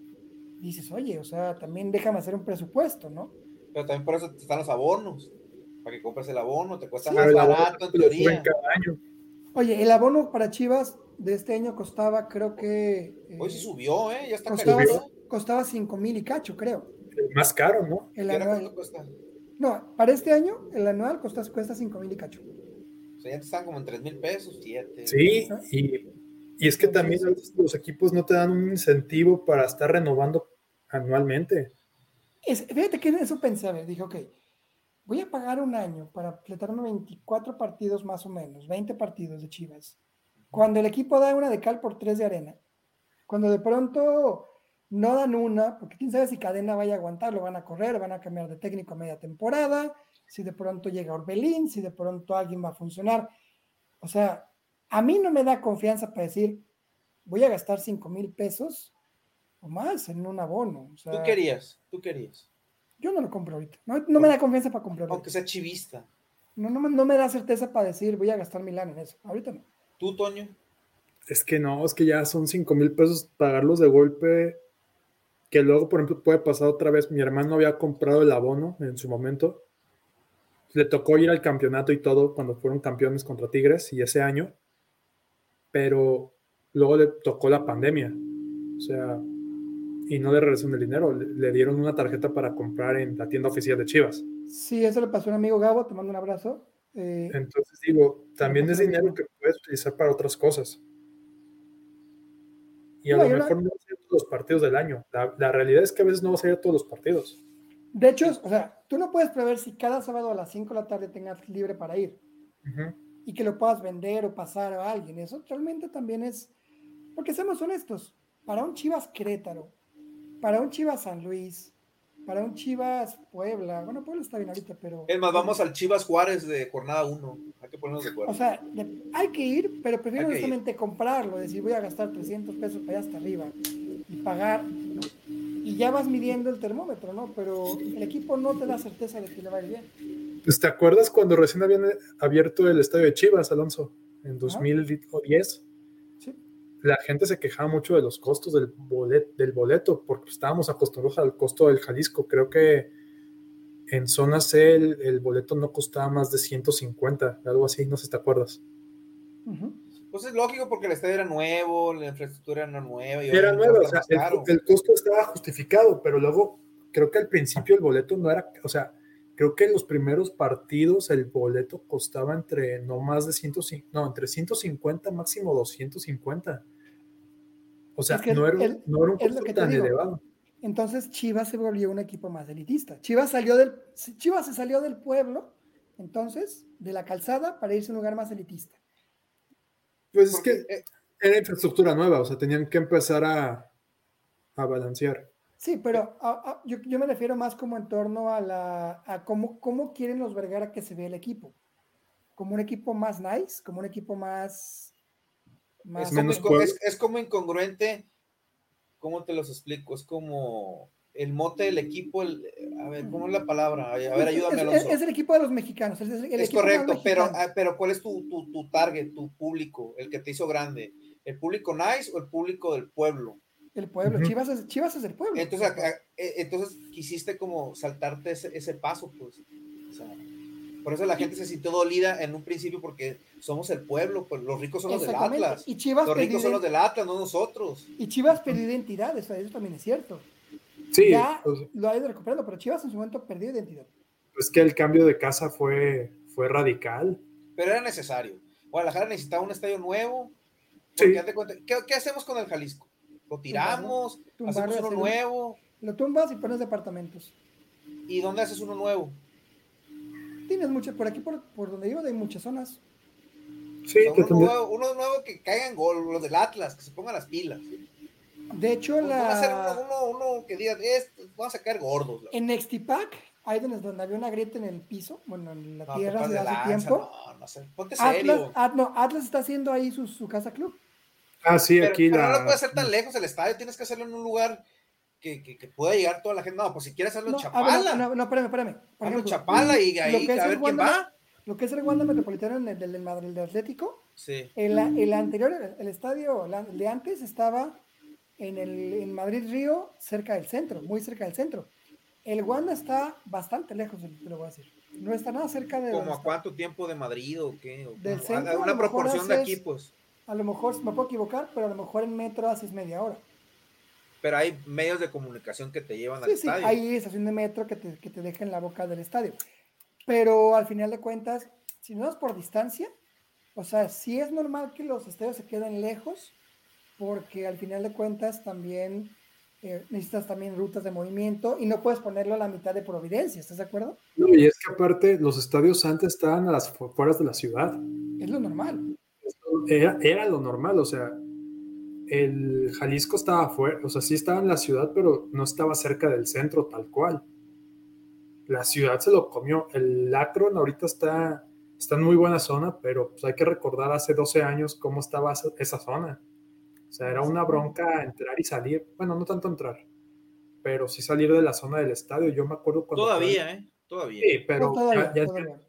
Y dices, oye, o sea, también déjame hacer un presupuesto, ¿no?
Pero también por eso te están los abonos, para que compres el abono, te cuesta sí, más barato en teoría.
Cada año.
Oye, el abono para Chivas de este año costaba, creo que.
Eh, Hoy sí subió, ¿eh? Ya está
costaba, costaba 5 mil y cacho, creo.
El eh, más caro, ¿no?
El anual. Cuesta? No, para este año, el anual cuesta, cuesta 5 mil y cacho.
O sea, ya te están como en 3 mil pesos, 7.
Sí, ¿no? y, y, es que también los equipos no te dan un incentivo para estar renovando anualmente.
Es, fíjate que en eso pensé, a ver, dije, ok, voy a pagar un año para completarme 24 partidos más o menos, 20 partidos de Chivas. Cuando el equipo da una de cal por 3 de arena, cuando de pronto no dan una, porque quién sabe si cadena vaya a aguantar, lo van a correr, van a cambiar de técnico a media temporada, si de pronto llega Orbelín, si de pronto alguien va a funcionar. O sea, a mí no me da confianza para decir, voy a gastar 5 mil pesos o más en un abono. O sea,
tú querías, tú querías.
Yo no lo compro ahorita. No, no me da confianza para comprarlo.
Aunque sea chivista.
No, no, no, me da certeza para decir, voy a gastar mil en eso. Ahorita no.
¿Tú, Toño?
Es que no, es que ya son 5 mil pesos pagarlos de golpe. Que luego, por ejemplo, puede pasar otra vez. Mi hermano había comprado el abono en su momento le tocó ir al campeonato y todo cuando fueron campeones contra Tigres y ese año, pero luego le tocó la pandemia, o sea, y no le regresaron el dinero, le, le, dieron una tarjeta para comprar en la tienda oficial de Chivas.
Sí, eso le pasó a un amigo Gabo, te mando un abrazo.
Eh, Entonces digo, también es dinero que puedes utilizar para otras cosas. Y a no, lo mejor la... no vas a ir a todos los partidos del año. La, la realidad es que a veces no vas a ir a todos los partidos.
De hecho, o sea, tú no puedes prever si cada sábado a las 5 de la tarde tengas libre para ir uh -huh. y que lo puedas vender o pasar a alguien. Eso realmente también es, porque seamos honestos, para un Chivas Querétaro, para un Chivas San Luis, para un Chivas Puebla, bueno, Puebla está bien ahorita, pero...
Es más, vamos al Chivas Juárez de jornada 1, hay que ponernos de acuerdo.
O sea, de, hay que ir, pero prefiero justamente comprarlo, decir voy a gastar 300 pesos para allá hasta arriba y pagar y ya vas midiendo el termómetro, ¿no? Pero el equipo no te da certeza de que le va a ir bien.
Pues te acuerdas cuando recién habían eh, abierto el estadio de Chivas, Alonso, en 2010. ¿Sí? La gente se quejaba mucho de los costos del, bolet, del boleto, porque estábamos acostumbrados al costo del Jalisco. Creo que en zona C el, el boleto no costaba más de 150, algo así, no sé si te acuerdas.
Uh -huh. Pues es lógico porque el estadio era nuevo, la infraestructura era nueva.
Y era nueva, o sea, el, el, costo estaba justificado, pero luego creo que al principio el boleto no era, o sea, creo que en los primeros partidos el boleto costaba entre no más de 150, no, entre 150 máximo 250. O sea, es que no, era, el, no, era, un costo tan digo. elevado.
Entonces Chivas se volvió un equipo más elitista. Chivas salió del Chivas se salió del pueblo, entonces, de la calzada para irse a un lugar más elitista.
Pues Porque, es que eh, era infraestructura nueva, o sea, tenían que empezar a, a balancear.
Sí, pero a, a, yo, yo, me refiero más como en torno a, la, a cómo, cómo quieren los Vergara que se vea el equipo. Como un equipo más nice, como un equipo más...
más es, menos como, es, es, como incongruente, ¿cómo te los explico? Es como el mote del equipo, el, a ver, ¿cómo es la palabra? A ver, ayúdame.
Es, es, es el equipo de los mexicanos. Es, el
es correcto, pero, ah, pero ¿cuál es tu, tu, tu, target, tu público, el que te hizo grande? ¿El público nice o el público del pueblo?
El pueblo, uh -huh. Chivas, es, Chivas es el pueblo.
Entonces, acá, e, entonces quisiste como saltarte ese, ese paso, pues. O sea, por eso la gente se sintió dolida en un principio porque somos el pueblo, pues los ricos son los del Atlas.
Y Chivas
los ricos son los del Atlas, no nosotros.
Y Chivas perdió identidad, eso, eso también es cierto. Sí, ya pues, lo ha ido recuperando, pero Chivas en su momento perdió identidad.
Es que el cambio de casa fue, fue radical.
Pero era necesario. Guadalajara necesitaba un estadio nuevo. Sí. Cuenta, ¿qué, ¿qué, hacemos con el Jalisco? ¿Lo tiramos? Tumbarlo, ¿Hacemos tumbarlo, uno nuevo?
Lo tumbas y pones departamentos.
¿Y dónde haces uno nuevo?
Tienes muchas, por aquí, por, por donde vivo, hay muchas zonas.
Sí, o sea, uno, tendré. nuevo, uno nuevo que caigan gol, los del Atlas, que se pongan las pilas.
De hecho, pues la.
Va a ser uno, uno, uno, que diga, es, va a sacar gordos.
En Extipac, ahí donde, donde, había una grieta en el piso, bueno, en la no, tierra desde hace lanza, tiempo.
No, no sé. Ponte
Atlas,
serio.
At, no, Atlas está haciendo ahí su, su casa club.
Ah, sí,
Pero-
aquí
pero
la.
no lo puedes hacer tan lejos el estadio, tienes que hacerlo en un lugar que, que- que pueda llegar toda la gente. No, pues si quieres hacerlo
No,
en
a ver,
Chapala,
no, no, espérame, espérame. Por
hazlo en
ejemplo,
Chapala y
lo
ahí
que es
a
el
ver quién
Wanda-
va.
Lo que es el Wanda Metropolitano en el del, del Madrid del Atlético,
Sí,
el, el anterior, el, el estadio la- el de antes estaba en, el, en Madrid Río, cerca del centro, muy cerca del centro. El Wanda está bastante lejos, te lo voy a decir. No está nada cerca de. donde
como a
está.
cuánto tiempo de Madrid o qué. o
Del
cómo,
centro,
a- a
a
una
lo mejor
proporción de
haces-
aquí, pues.
A lo mejor me puedo equivocar, pero a lo mejor en metro haces media hora.
Pero hay medios de comunicación que te llevan al
Sí, sí,
estadio.
hay estación de metro que te, que te deja en la boca del estadio. Pero al final de cuentas, si no es por distancia, o sea, sí es normal que los estadios se queden lejos, porque al final de cuentas también eh, necesitas también rutas de movimiento y no puedes ponerlo a la mitad de Providencia, ¿estás de acuerdo?
No, y es que aparte, los estadios antes estaban a las fu- fueras de la ciudad.
Es lo normal.
Era, era lo normal, o sea, el Jalisco estaba fuera, o sea, sí estaba en la ciudad, pero no estaba cerca del centro tal cual. La ciudad se lo comió. El Akron ahorita está, está en muy buena zona, pero pues, hay que recordar hace 12 años cómo estaba esa, esa zona. O sea, era una bronca entrar y salir. Bueno, no tanto entrar, pero sí salir de la zona del estadio. Yo me acuerdo cuando...
Todavía, ¿eh? Todavía.
Sí, pero
No, todavía,
ya- ya-
todavía.
pero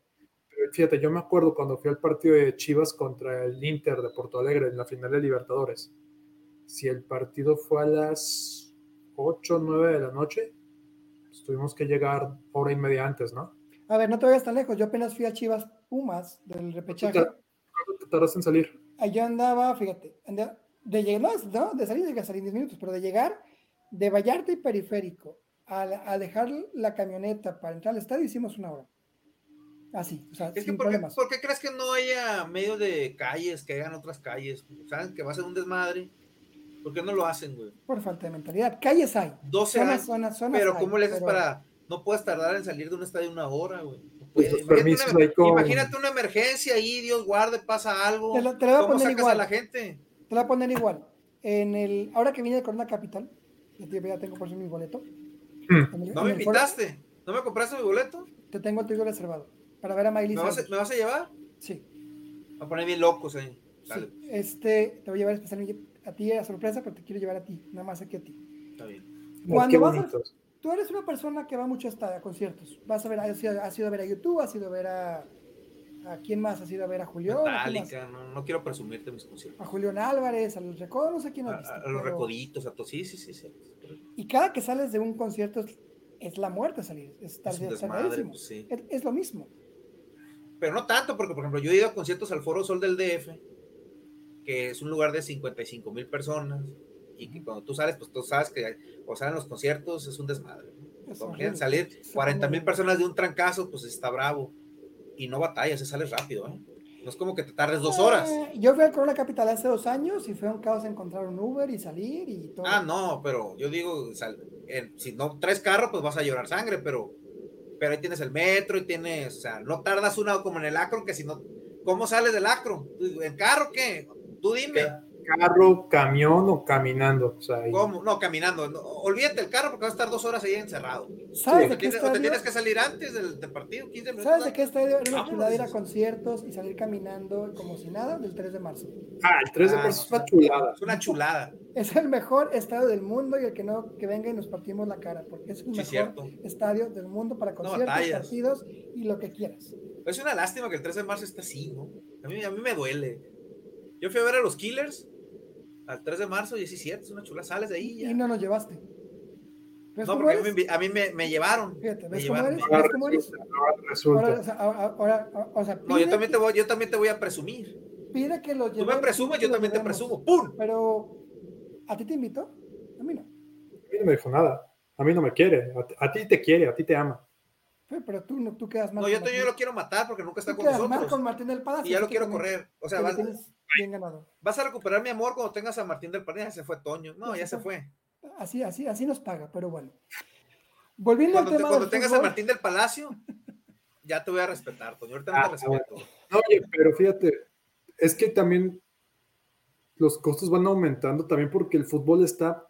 Eh, fíjate, yo me acuerdo cuando fui al partido de Chivas contra el Inter de Porto Alegre en la final de Libertadores. Si el partido fue a las 8 o 9 de la noche, pues tuvimos que llegar hora y media antes, ¿no?
A ver, no te vayas tan lejos. Yo apenas fui a Chivas Pumas del repechaje.
Puta. ¿Cuánto te tardaste en salir?
Allá Ah, andaba, fíjate, andaba- de llegar, no, no, de salir, de salir en 10 minutos, pero de llegar de Vallarta y Periférico a, la- a dejar la camioneta para entrar al estadio hicimos una hora. Así, o sea,
Es que
sin
¿por qué,
problemas.
por qué crees que no haya medios de calles, que hagan otras calles? Saben que va a ser un desmadre. ¿Por qué no lo hacen, güey?
Por falta de mentalidad. Calles hay.
12
Zonas,
años.
zonas, zonas.
Pero
hay,
¿cómo le haces
pero-
para.? No puedes tardar en salir de un estadio una hora, güey. No
Pues
puedes.
los permisos
imagínate,
ahí
una,
con-
imagínate una emergencia ahí, Dios guarde, pasa algo.
Te lo- te lo voy a
¿Cómo
poner
sacas
igual.
a la gente?
Te la voy a poner igual. En el, ahora que vine de Corona Capital, ya te- ya tengo por si mi boleto.
Hmm.
en el-
Mm. ¿No
en
me
el foro,
invitaste? ¿No me compraste mi boleto?
Te tengo el tuyo reservado para ver a Miley
¿Me vas a,
Cyrus.
me vas a llevar?
Sí.
Va a poner bien locos ahí. Dale,
Sí, este, te voy a llevar especialmente a ti a sorpresa, pero te quiero llevar a ti, nada más aquí a ti.
está bien.
Cuando
Qué
vas a-
bonitos.
Tú eres una persona que va mucho hasta a conciertos. Vas a ver, has ido, has ido a ver a YouTube, has ido a ver a. ¿A quién más? Has ido a ver a Julián. ¿A, quién más?
Metallica, no, no quiero presumirte mis conciertos.
A Julián Álvarez, a los Recodos, no sé quién
A,
has
a-
visto,
a los
pero-
recoditos, a todos. Sí, sí, sí. sí.
Y cada que sales de un concierto es, es la muerte salir. Es,
Es un
tardísimo.
desmadre, pues sí.
es, es lo mismo.
Pero no tanto, porque por ejemplo yo he ido a conciertos al Foro Sol del DF, que es un lugar de 55 mil personas, y que cuando tú sales, pues tú sabes que o salen los conciertos, es un desmadre. ¿no?
Es
Cuando
horrible.
quieren salir
Es
40 mil
horrible.
personas de un trancazo, pues está bravo. Y no batallas, se sales rápido, ¿eh? No es como que te tardes dos horas.
Eh, Yo fui al Corona Capital hace dos años y fue un caos encontrar un Uber y salir y todo.
Ah, no, pero yo digo, sal- en- si no tres carros, pues vas a llorar sangre, pero, pero ahí tienes el metro y tienes, o sea, no tardas una como en el Acron, que si no, ¿cómo sales del Acron? ¿En carro o qué? Tú dime.
Carro, camión o caminando. O sea, ahí-
¿Cómo? No, caminando. No, olvídate el carro porque vas a estar dos horas ahí encerrado.
¿Sabes de
O te,
qué
tienes, o te
estadio?
tienes que salir antes del, del partido, 15 minutos.
¿Sabes de qué estadio era una
Vámonos.
chulada ir a conciertos y salir caminando como si nada del 3 de marzo?
Ah, el 3 de
Ah,
marzo es
no.
una chulada.
Es una chulada.
Es el mejor estadio del mundo y el que no que venga y nos partimos la cara, porque es el
Sí,
mejor
cierto.
estadio del mundo para conciertos,
batallas.
partidos y lo que quieras.
Es una lástima que el 3 de marzo esté así, ¿no? A mí, a mí me duele. Yo fui a ver a los Killers al 3 de marzo y sí, cierto, es una chulada. Sales de ahí y ya.
Y no nos llevaste. ¿Ves
No,
cómo
porque a mí,
eres?
me, invi- a mí me- me llevaron.
Fíjate,
Me
¿ves cómo
llevaron.
eres?
me-
Ahora
¿Cómo eres?
resulta, ahora
Ahora, o
resulta.
sea, ahora, ahora- o sea,
No, yo
pide
también te
que-
voy, yo también te voy a presumir.
pide que lo
Tú me
llevemos,
presumes,
que
yo
lo
también te
llevemos.
presumo. ¡Pum!
Pero, ¿a ti te invito? A mí no.
A mí no me dijo nada. A mí no me quiere. A ti- a ti te quiere, a ti te ama.
Fe, Pero tú, no, tú quedas mal.
No,
con
yo, te- yo
Martín.
lo quiero matar porque nunca está
Tú
con
quedas mal con
nosotros.
Martín del Palacio.
Y ya lo
que
quiero
también-
correr. O sea,
que lo
vas,
tienes bien ganado.
Vas a recuperar mi amor cuando tengas a Martín del Parque. Ya se fue Toño. No,
Ya
ya
se
se fue.
Así, así, así nos paga, pero bueno. Volviendo
Cuando,
al
te-
tema
cuando
del
tengas a
fútbol,
Martín del Palacio, ya te voy a respetar, Toño. Ahorita no
Ah,
te respeto.
No, oye, pero fíjate, es que también los costos van aumentando también porque el fútbol está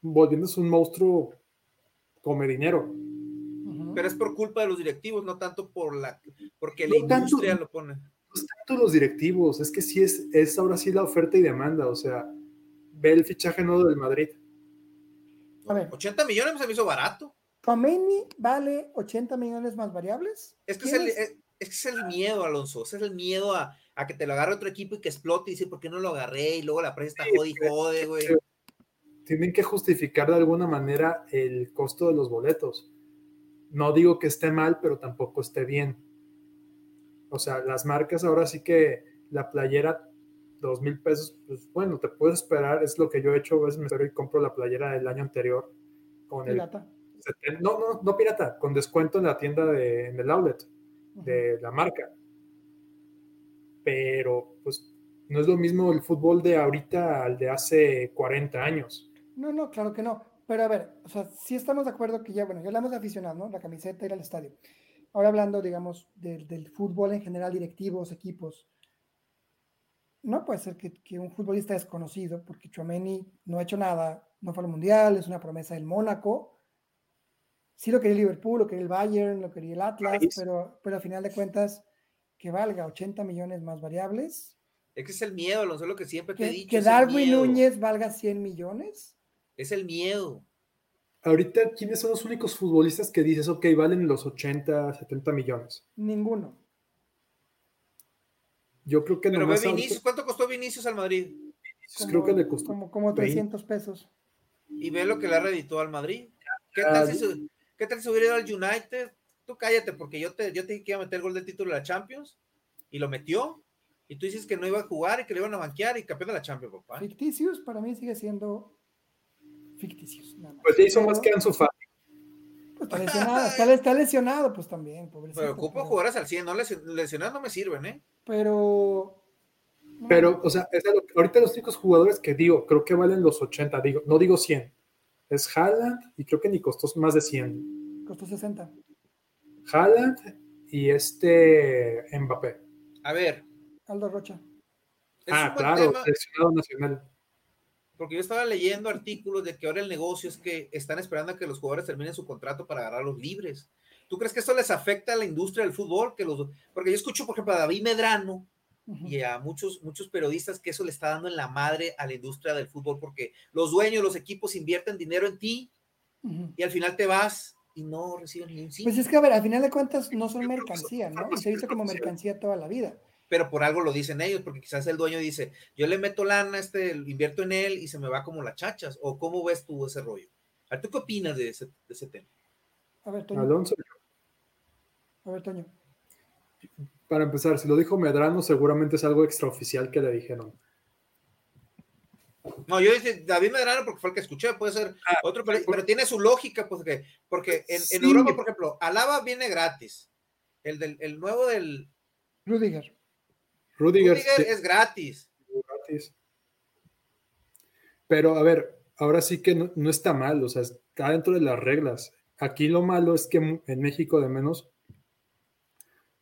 volviéndose un monstruo come dinero.
Ujú.
Pero es por culpa de los directivos, no tanto por la. Porque la
No tanto.
industria lo pone.
pues tanto los directivos, es que sí es, es ahora sí la oferta y demanda, o sea, ve el fichaje nuevo del Madrid.
A ver.
80 millones se me hizo barato.
Khomeini vale 80 millones más variables.
Es que es el, es, es que es el miedo, Alonso. Ese es el miedo a, a que te lo agarre otro equipo y que explote y dice, ¿por qué no lo agarré? Y luego la prensa está jode y jode, güey.
Tienen que justificar de alguna manera el costo de los boletos. No digo que esté mal, pero tampoco esté bien. O sea, las marcas ahora sí que la playera, dos mil pesos, pues bueno, te puedes esperar, es lo que yo he hecho, a veces me espero y compro la playera del año anterior con el
Pirata.
seten- no, no, no pirata, con descuento en la tienda de, en el outlet de la marca. Pero pues no es lo mismo el fútbol de ahorita al de hace 40 años.
No, no, claro que no. Pero a ver, o sea, sí estamos de acuerdo que ya, bueno, ya hablamos de aficionados, ¿no? La camiseta, ir al estadio. Ahora hablando, digamos, del, del fútbol en general, directivos, equipos. No puede ser que, que un futbolista desconocido, porque Chomeni no ha hecho nada, no fue al Mundial, es una promesa del Mónaco. Sí lo quería el Liverpool, lo quería el Bayern, lo quería el Atlas,
París.
pero, pero al final de cuentas, que valga 80 millones más variables.
Es que es el miedo, Alonso, es lo que siempre te he
Que,
dicho.
que
es el
Darwin
miedo.
Núñez valga 100 millones.
Es el miedo.
Ahorita, ¿quiénes son los únicos futbolistas que dices, ok, valen los 80, 70 millones?
Ninguno.
Yo creo que
Pero ve
nomás ahorita
Vinicius, ¿cuánto costó Vinicius al Madrid?
Vinicius creo que le costó.
Como, como
20.
300 pesos.
Y ve lo que le ha reeditado al Madrid. ¿Qué
Ah,
tal si,
yo-
su- ¿qué tal si hubiera ido al United? Tú cállate, porque yo te, yo te dije que iba a meter el gol de título de la Champions y lo metió. Y tú dices que no iba a jugar y que le iban a banquear y campeón de la Champions,
Ah.
papá.
Ficticios para mí sigue siendo ficticios. Nada más.
Pues ya hizo
Pero,
más que Ansu Fati.
pues, está lesionado, está, está lesionado, pues también, pobrecito. pues.
Pero ocupo
pero-
jugadores al 100, no lesio- lesionados no me sirven, ¿eh?
Pero. no,
Pero, o sea, es de lo- ahorita los únicos jugadores que digo, creo que valen los 80, digo, no digo 100. Es Haaland y creo que ni costó más de 100.
Costó 60.
Haaland y este Mbappé.
A ver,
Aldo Rocha.
es
ah,
un buen
claro,
tema,
seleccionado nacional.
porque yo estaba leyendo artículos de que ahora el negocio es que están esperando a que los jugadores terminen su contrato para agarrarlos libres. ¿Tú crees que esto les afecta a la industria del fútbol? Que los, porque yo escucho, por ejemplo, a David Medrano,
Ujú.
y a muchos, muchos periodistas que eso le está dando en la madre a la industria del fútbol, porque los dueños, los equipos invierten dinero en ti
Ujú.
y al final te vas y no reciben ni un sí.
Pues es que, a ver, al final de cuentas no son
Yo creo que
mercancía,
son
¿no? Y se
farmacia,
visto como
farmacia.
mercancía toda la vida.
Pero por algo lo dicen ellos, porque quizás el dueño dice, yo le meto lana, este, invierto en él y se me va como las chachas. ¿O cómo ves tú ese rollo? ¿A tú qué opinas de ese, de ese tema?
A ver, Toño.
Alonso,
A ver, Toño.
para empezar, si lo dijo Medrano, seguramente es algo extraoficial que le dijeron.
No, yo dije David Medrano porque fue el que escuché, puede ser otro, pero, pero tiene su lógica, pues, que- porque en, en
Ah, Sí.
Europa, por ejemplo, Alaba viene gratis. El, del, el nuevo del
Rudiger.
Rudiger,
Rudiger
sí,
es gratis.
gratis. Pero a ver, ahora sí que no, no está mal, o sea, está dentro de las reglas. Aquí lo malo es que mu- en México de menos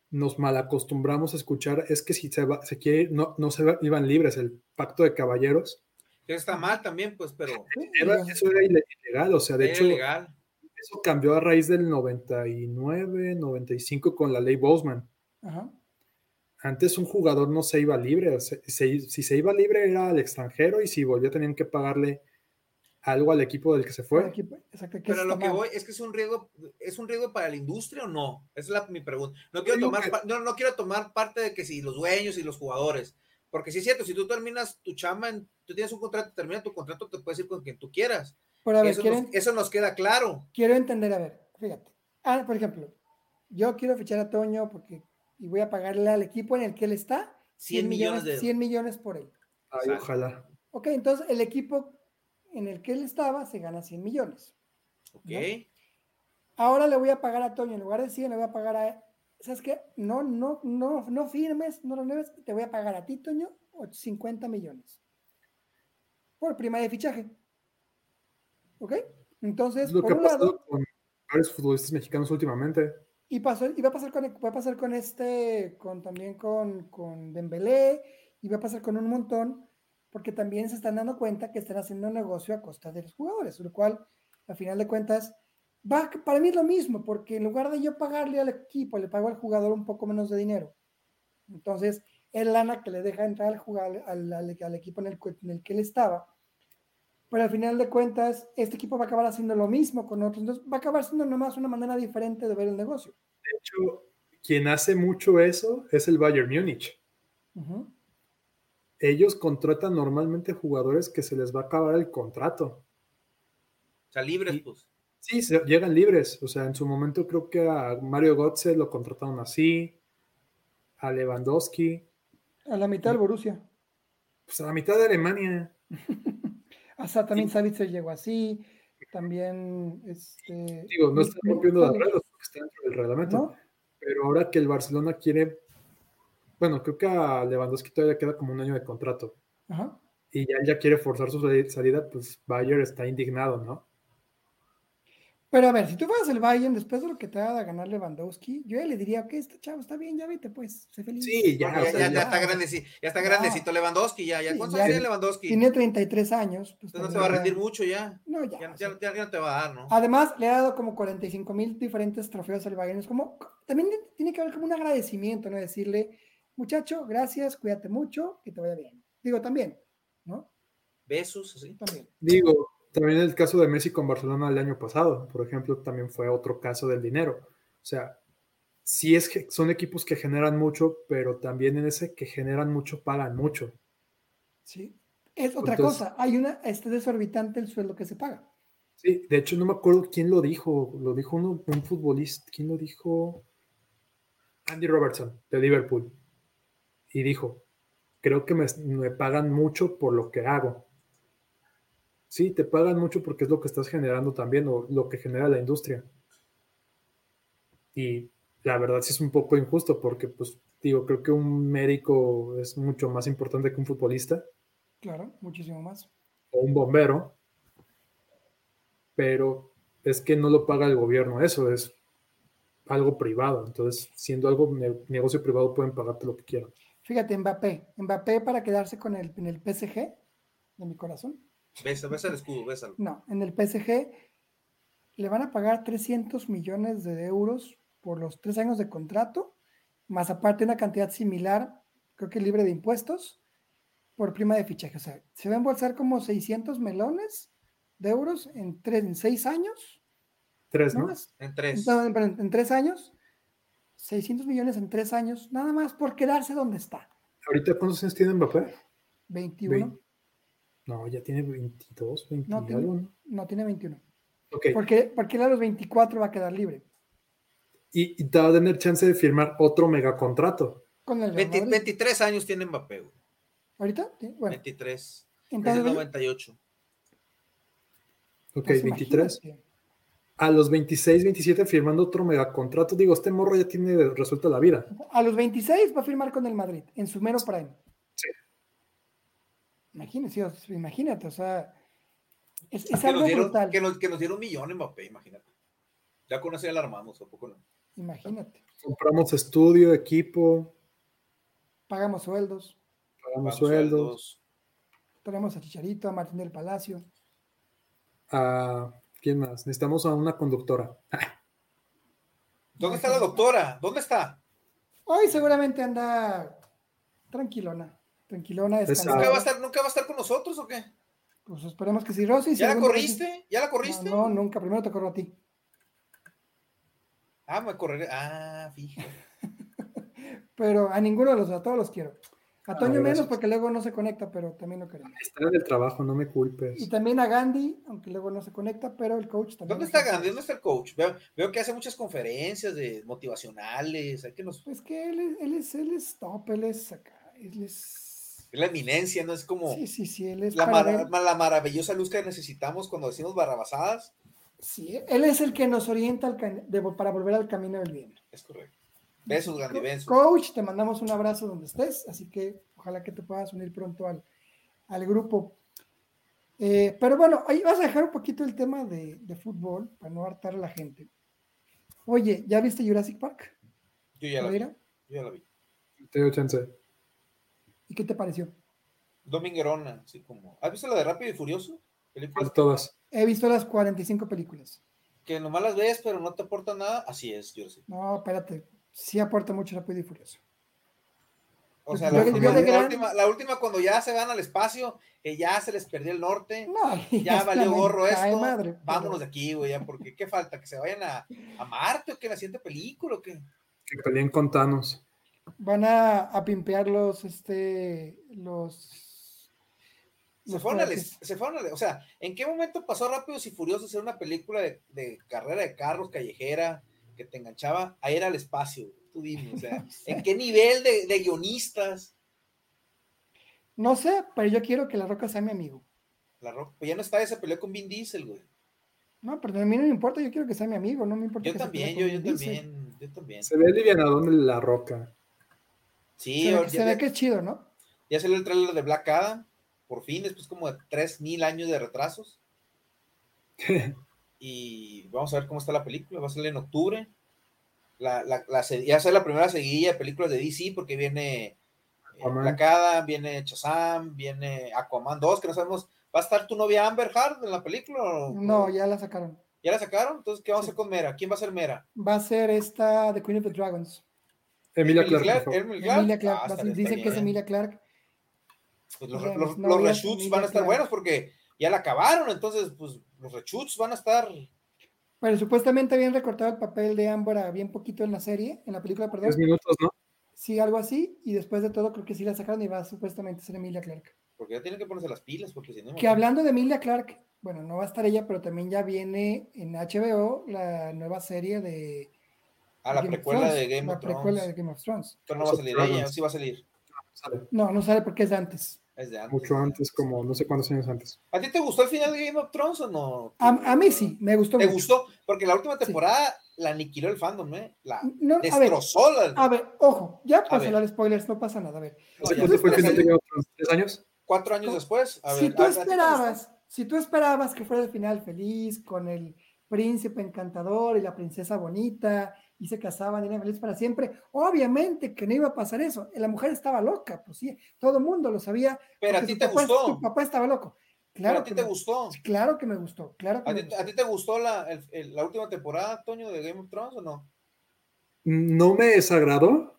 nos malacostumbramos a escuchar es que si se, va- se quiere ir, no, no se va- iban libres, el pacto de caballeros.
que está mal también, pues, pero
Sí,
Era-
ya.
eso era ile- ilegal, o sea, de
era
hecho,
legal.
eso cambió a raíz del 99, 95 con la ley Boseman.
Ajá.
antes un jugador no se iba libre, o se- se- si se iba libre era al extranjero y si volvía tenían que pagarle algo al equipo del que se
Por
fue.
aquí, pues, exacto, que
Pero
está
lo que
mal.
voy es que es un riesgo, es un riesgo para la industria o no. Esa es la, mi pregunta. No quiero
digo
tomar,
que-
pa- no, no quiero tomar parte de que si los dueños y los jugadores, porque sí es cierto, si tú terminas tu chamba, en- tú tienes un contrato, termina tu contrato, te puedes ir con quien tú quieras.
Pero a ver,
eso,
¿quieren,
nos, eso nos queda claro.
quiero entender, a ver, fíjate. Ah, por ejemplo, yo quiero fichar a Toño porque y voy a pagarle al equipo en el que él está
100 millones de
100 millones por él.
Ay,
Exacto.
ojalá.
Ok, entonces el equipo en el que él estaba se gana 100 millones.
Ok.
¿no? Ahora le voy a pagar a Toño, en lugar de 100 le voy a pagar a... ¿Sabes qué? No, no, no, no firmes, no renueves, te voy a pagar a ti, Toño, och- 50 millones. Por prima de fichaje. ¿Ok? Entonces,
Es lo
por
que ha
un lado-
pasado con varios futbolistas mexicanos últimamente.
Y pasó, y va a pasar con, va a pasar con este, con también con, con Dembélé, y va a pasar con un montón, porque también se están dando cuenta que están haciendo un negocio a costa de los jugadores, lo cual, a final de cuentas, va, a- para mí es lo mismo, porque en lugar de yo pagarle al equipo, le pago al jugador un poco menos de dinero. Entonces, es lana que le deja entrar al, jugar, al, al, al equipo en el, en el, que él estaba. Pero al final de cuentas, este equipo va a acabar haciendo lo mismo con otros. Entonces, va a acabar siendo nomás una manera diferente de ver el negocio.
De hecho, quien hace mucho eso es el Bayern Múnich. Uh -huh. Ellos contratan normalmente jugadores que se les va a acabar el contrato.
O sea, libres, pues.
Sí, se, llegan libres. O sea, en su momento creo que a Mario Götze lo contrataron así, a Lewandowski.
A la mitad del Borussia.
Pues a la mitad de Alemania.
o sea, Ah, también sí. Savitzer llegó así, también... Este,
Digo, no están rompiendo las reglas porque está dentro del reglamento. ¿No? Pero ahora que el Barcelona quiere... Bueno, creo que a Lewandowski todavía queda como un año de contrato. Ajá. Y ya, ya quiere forzar su salida, pues Bayer está indignado, ¿no?
Pero a ver, si tú fueras el Bayern después de lo que te va a ganar Lewandowski, yo ya le diría, ok, este chavo está bien, ya vete, pues, sé feliz.
Sí, ya, ya, ya, ya está grandecito, ya está grandecito ah, Lewandowski, ya, ya. ¿Cuántos años tiene Lewandowski?
Tiene 33 años.
Pues, Entonces no se va a rendir mucho ya. No, ya. Ya, sí. ya, no te va a dar, ¿no?
Además, le ha dado como 45 mil diferentes trofeos al Bayern. Es como, también tiene que haber como un agradecimiento, ¿no? Decirle, muchacho, gracias, cuídate mucho, que te vaya bien. Digo, también, ¿no?
Besos, sí.
También.
Digo, también el caso de Messi con Barcelona el año pasado, por ejemplo, también fue otro caso del dinero. O sea, sí es que son equipos que generan mucho, pero también en ese que generan mucho pagan mucho.
Sí, es otra Entonces, cosa. Hay una, este desorbitante el sueldo que se paga.
Sí, de hecho no me acuerdo quién lo dijo. Lo dijo uno, un futbolista. ¿Quién lo dijo? Andy Robertson, de Liverpool. Y dijo, creo que me, me pagan mucho por lo que hago sí, te pagan mucho porque es lo que estás generando también o lo que genera la industria. Y la verdad sí es un poco injusto porque, pues, digo, creo que un médico es mucho más importante que un futbolista.
Claro, muchísimo más.
O un bombero. Pero es que no lo paga el gobierno, eso es algo privado. Entonces, siendo algo negocio privado, pueden pagarte lo que quieran.
Fíjate, Mbappé. Mbappé para quedarse con el, en el PSG de mi corazón.
Besa, besa el escudo, bésalo.
No, en el PSG le van a pagar 300 millones de euros por los tres años de contrato, más aparte una cantidad similar, creo que libre de impuestos, por prima de fichaje. O sea, se va a embolsar como 600 melones de euros en, tres, en seis años.
Tres, ¿no? ¿no?
En tres.
No, en, en, tres años. 600 millones en tres años, nada más por quedarse donde está.
¿Ahorita cuántos años tiene Mbappé?
21. 20.
No, ya tiene 22,
21. No tiene, no tiene 21.
Okay.
Porque, porque él a los 24 va a quedar libre.
Y, y te va a tener chance de firmar otro megacontrato.
Con el 20, 23 años tiene Mbappé. Güey.
¿Ahorita?
Bueno. 23. Entonces,
pues,
es 98.
Ok, pues 23. Imagínate. A los 26, 27 firmando otro megacontrato. Digo, este morro ya tiene resuelta la vida.
A los 26 va a firmar con el Madrid, en su mero prime. Sí. Imagínate, imagínate, o sea, es, es
Ah, que
algo
nos dieron,
brutal.
Que nos, que nos dieron un millón en Mbappé, imagínate. Ya con eso ya alarmamos, tampoco no.
Imagínate.
Compramos estudio, equipo.
Pagamos sueldos.
Pagamos, pagamos sueldos. sueldos.
Tenemos a Chicharito, a Martín del Palacio.
¿A Ah, quién más? Necesitamos a una conductora.
¿Dónde está la doctora? ¿Dónde está?
Hoy seguramente anda tranquilona tranquilona.
¿Nunca
Ah.
va, a estar, ¿Nunca va a estar con nosotros o qué?
Pues esperemos que sí, Rosy.
¿Ya la corriste? Vez... ¿Ya la corriste?
No, no, nunca. Primero te corro a ti.
Ah, me correré. Ah, fíjate.
pero a ninguno de los, a todos los quiero. A Toño ah, menos porque luego no se conecta, pero también lo queremos.
Está en el trabajo, no me culpes.
Y también a Gandhi, aunque luego no se conecta, pero el coach también.
¿Dónde está Gandhi? ¿Dónde está el coach? Veo, veo que hace muchas conferencias de motivacionales. Hay que nos...
Pues que él es, él es, él es top, él es acá, él es
es la eminencia, ¿no? Es como
sí, sí, sí, él es
la, mar la, maravillosa luz que necesitamos cuando decimos barrabasadas.
Sí, él es el que nos orienta al de, para volver al camino del bien.
Es correcto. Besos, Gandhi, besos.
Coach, te mandamos un abrazo donde estés, así que ojalá que te puedas unir pronto al, al grupo. Eh, pero bueno, ahí vas a dejar un poquito el tema de, de fútbol para no hartar a la gente. Oye, ¿ya viste Jurassic Park?
Yo ya, la vi. Yo ya la vi.
Te doy chance.
¿Y qué te pareció?
Dominguerona, así como. ¿Has visto la de Rápido y Furioso?
Películas. Todas.
He visto las 45 películas.
Que nomás las ves, pero no te aporta nada. Así es, yo sí.
No, espérate. Sí aporta mucho Rápido y Furioso.
O sea,
Pues Yo-
la,
yo
última,
de
la
gran-
última- la última cuando ya se van al espacio, que ya se les perdió el norte,
No,
ya
es
valió
la
gorro
mentada de
esto,
madre, pero-
vámonos de aquí, güey, ya, porque qué falta, que se vayan a, a Marte o que la siguiente película o qué.
Que peleen con Thanos.
Van a, a pimpear los, este, los...
Se
los
fueron, al,
cohetes.
se fueron al- o sea, ¿en qué momento pasó Rápidos y Furiosos a ser una película de, de carrera de carros callejera que te enganchaba a ir al espacio? güey? Tú dime, o sea, ¿en qué nivel de, de guionistas?
No sé, pero yo quiero que La Roca sea mi amigo.
La Roca, pues ya no está esa pelea con Vin Diesel, güey.
No, pero a mí no me importa, yo quiero que sea mi amigo, no me importa.
Yo
que se
también, yo,
pelee
yo
con Vin Diesel.
también, yo también.
Se ve alivianadón en la roca.
Sí,
se ve,
ahora
se
ya-
ve
ya-
que es chido, ¿no?
Ya salió el tráiler de Black Adam, por fin, después como de 3.000 años de retrasos. y vamos a ver cómo está la película, va a salir en octubre. La, la, la se- ya sale la primera seguidilla de películas de DC, porque viene eh,
Aquaman.
Black Adam, viene Shazam, viene Aquaman 2, que no sabemos, ¿va a estar tu novia Amber Hard en la película? o-
No, ya la sacaron.
¿Ya la sacaron? Entonces, ¿qué vamos a hacer con Mera? ¿Quién va a ser Mera?
Va a ser esta de Queen of the Dragons.
Emilia Clarke, por favor.
Emily Clark?
Emilia Clark.
Ah,
va a ser-
estaría-
dicen
estaría
que es
bien.
Emilia Clark.
pues los,
O sea,
los-
los
los
novios
reshoots van a
Emilia
estar
Clarke.
buenos porque ya la acabaron, entonces, pues los reshoots van a estar.
Pero supuestamente habían recortado el papel de Amber a bien poquito en la serie, en la película, perdón.
10 minutos, ¿no?
Sí, algo así. Y después de todo, creo que sí la sacaron y va a supuestamente ser Emilia Clark.
Porque ya tienen que ponerse las pilas, porque si no.
Que hablando de Emilia Clark, bueno, no va a estar ella, pero también ya viene en HBO la nueva serie de.
A Ah, la
Game of
precuela
Thrones,
de Game
la
of Thrones.
precuela de Game of Thrones.
Esto no va a salir
Thrones.
ella, sí va a salir.
Sale
No, no sale porque es de antes.
Es de antes.
Mucho antes, como no sé cuántos años antes.
¿A ti te gustó el final de Game of Thrones o no?
A, a mí sí, me gustó.
¿Te
mucho.
gustó? Porque la última
Sí.
temporada la aniquiló el fandom, ¿eh? La
No, a ver,
destrozó. la-
a ver, ojo, ya
A
pasó
ver.
los spoilers, no pasa nada. A ver,
No, ya
¿Hace cuánto fue el
después
final de
de-
Game of Thrones? ¿Tres años?
Cuatro años después. A
si
ver, ah,
tú
¿a- a ti te gustó?
esperabas, si tú esperabas que fuera el final feliz con el príncipe encantador y la princesa bonita y se casaban y eran felices para siempre, obviamente que no iba a pasar eso. La mujer estaba loca, pues sí, todo el mundo lo sabía.
Pero a
porque
ti
su
te
papá-
gustó.
Tu papá estaba loco.
Pero
Claro
a ti
que
te
me-
gustó.
Claro que me gustó, claro que
¿A
me
ti,
gustó.
a ti te gustó la, el- el- la última temporada, Toño, de Game of Thrones o no?
No me desagradó,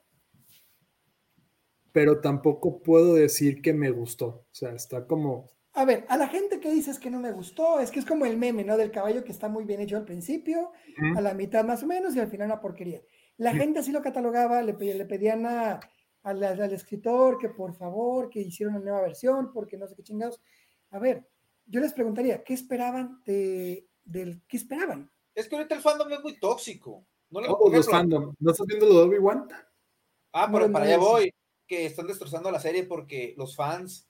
pero tampoco puedo decir que me gustó. O sea, está como.
A ver, a la gente que dices que no me gustó, es que es como el meme, ¿no? Del caballo que está muy bien hecho al principio, a la mitad más o menos y al final una porquería. La gente así lo catalogaba, le, pe- le pedían a, a la- al escritor que por favor, que hiciera una nueva versión, porque no sé qué chingados. A ver, yo les preguntaría, ¿qué esperaban de, del, qué esperaban?
Es que ahorita el fandom es muy tóxico. No le,
Todos
por
los
ejemplo,
fandom. ¿No estás viendo lo de Obi-Wan?
Ah,
No,
pero
no
para allá
es.
voy, que están destrozando la serie porque los fans,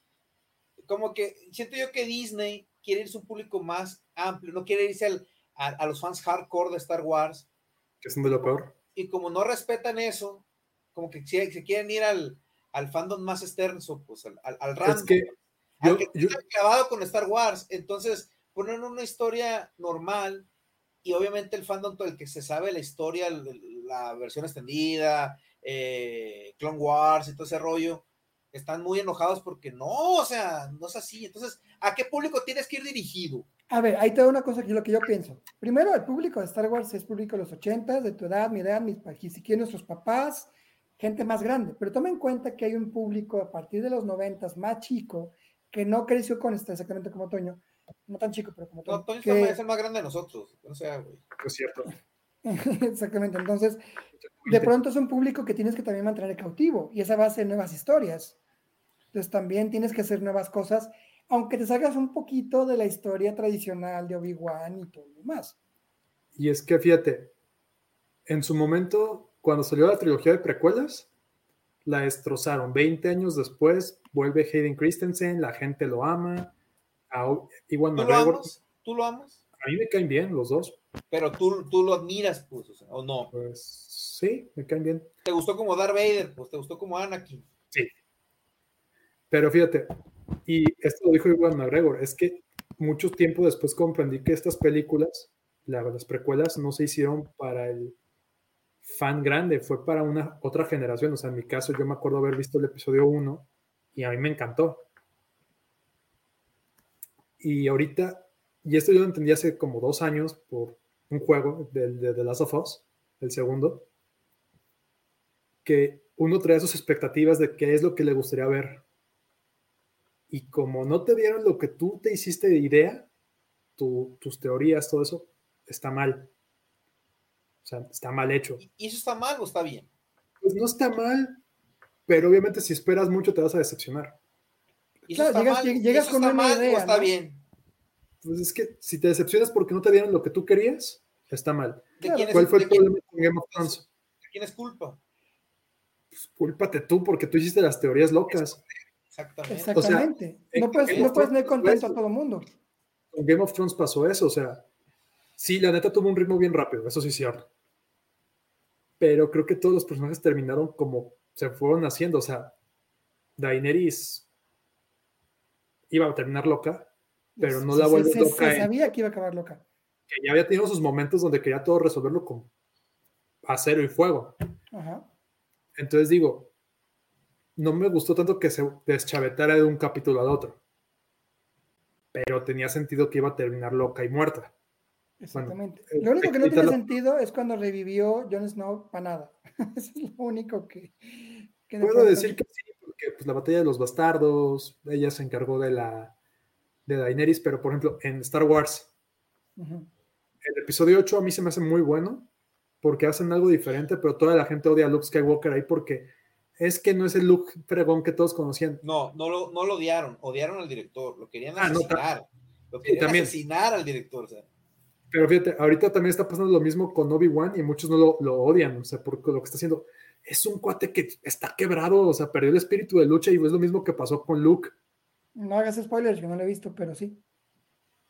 como que siento yo que Disney quiere irse a un público más amplio, no quiere irse al- a, a los fans hardcore de Star Wars,
Que son de lo peor.
y como no respetan eso, como que se, se quieren ir al, al fandom más extenso, pues al, al, al
Es
random,
que
al
yo-
que
yo-
está clavado con Star Wars, entonces ponen una historia normal y obviamente el fandom todo el que se sabe la historia, el- el- la versión extendida, eh, Clone Wars y todo ese rollo, están muy enojados porque no, o sea, no es así. Entonces, ¿a qué público tienes que ir dirigido?
A ver, ahí te da una cosa que lo que yo pienso. Primero, el público de Star Wars es público de los 80, de tu edad, mi edad, mis pa- si quieren nuestros papás, gente más grande. Pero toma en cuenta que hay un público a partir de los 90 más chico que no creció con este exactamente como Toño, no tan chico, pero como Toño.
No, Toño
que-
está- es el más grande de nosotros. O sea, güey.
Es cierto.
exactamente. Entonces, de pronto es un público que tienes que también mantener cautivo y esa base de nuevas historias. Entonces también tienes que hacer nuevas cosas, aunque te salgas un poquito de la historia tradicional de Obi-Wan y todo lo demás.
Y es que fíjate, en su momento, cuando salió la trilogía de precuelas, la destrozaron. 20 años después, vuelve Hayden Christensen, la gente lo ama. A O- Ewan
¿Tú lo
McGregor,
amas? ¿Tú lo amas?
a mí me caen bien los dos.
Pero tú, tú lo admiras, pues, o, sea, o no.
Pues sí, me caen bien.
¿Te gustó como Darth Vader? Pues te gustó como Anakin.
Pero fíjate, y esto lo dijo Iwan McGregor, es que mucho tiempo después comprendí que estas películas, la- las precuelas, no se hicieron para el fan grande, fue para una otra generación. O sea, en mi caso, yo me acuerdo haber visto el episodio 1 y a mí me encantó. Y ahorita, y esto yo lo entendí hace como dos años por un juego del de The Last of Us, el segundo, que uno trae sus expectativas de qué es lo que le gustaría ver. Y como no te dieron lo que tú te hiciste de idea, tu, tus teorías, todo eso, está mal. O sea, está mal hecho.
¿Y eso está mal o está bien?
Pues no está mal, pero obviamente si esperas mucho te vas a decepcionar.
¿Y eso
Claro,
está
llegas-
mal?
lleg- llegas
¿Eso
con
está
una
mal o
idea,
está
¿no?
bien?
Pues es que si te decepcionas porque no te dieron lo que tú querías, está mal.
¿De
Claro.
quién es,
¿Cuál fue
de
el
quién-
problema con Game of Thrones?
de quién es culpa?
Pues cúlpate tú porque tú hiciste las teorías locas.
Exactamente.
Exactamente.
en-
no puedes,
en-
no puedes leer contento a
en-
todo el mundo.
Con Game of Thrones pasó eso, o sea, sí, la neta tuvo un ritmo bien rápido, eso sí es cierto. Pero creo que todos los personajes terminaron como se fueron haciendo, o sea, Daenerys iba a terminar loca, pero no
Se-
la
se-
vuelves
se-
loca
Se
en-
sabía que iba a acabar loca.
que ya había tenido sus momentos donde quería todo resolverlo con acero y fuego.
Ajá.
Entonces digo, no me gustó tanto que se deschavetara de un capítulo al otro. Pero tenía sentido que iba a terminar loca y muerta.
Exactamente.
eh,
lo único que no tiene
explícalo.
sentido es cuando revivió Jon Snow para nada. Eso es lo único que. que de
Puedo
pronto-
decir que sí, porque pues, la batalla de los bastardos, ella se encargó de la de Daenerys, pero por ejemplo, en Star Wars,
Ujú.
el episodio 8 a mí se me hace muy bueno porque hacen algo diferente, pero toda la gente odia a Luke Skywalker ahí porque es que no es el Luke fregón que todos conocían.
No, no lo, no lo odiaron, odiaron al director, lo querían
Ah, no,
asesinar. lo
sí,
querían
también.
asesinar al director. o sea,
Pero fíjate, ahorita también está pasando lo mismo con Obi-Wan y muchos no lo, lo odian, o sea, porque lo que está haciendo es un cuate que está quebrado, o sea, perdió el espíritu de lucha y es lo mismo que pasó con Luke.
No hagas spoilers, yo no lo he visto, pero sí.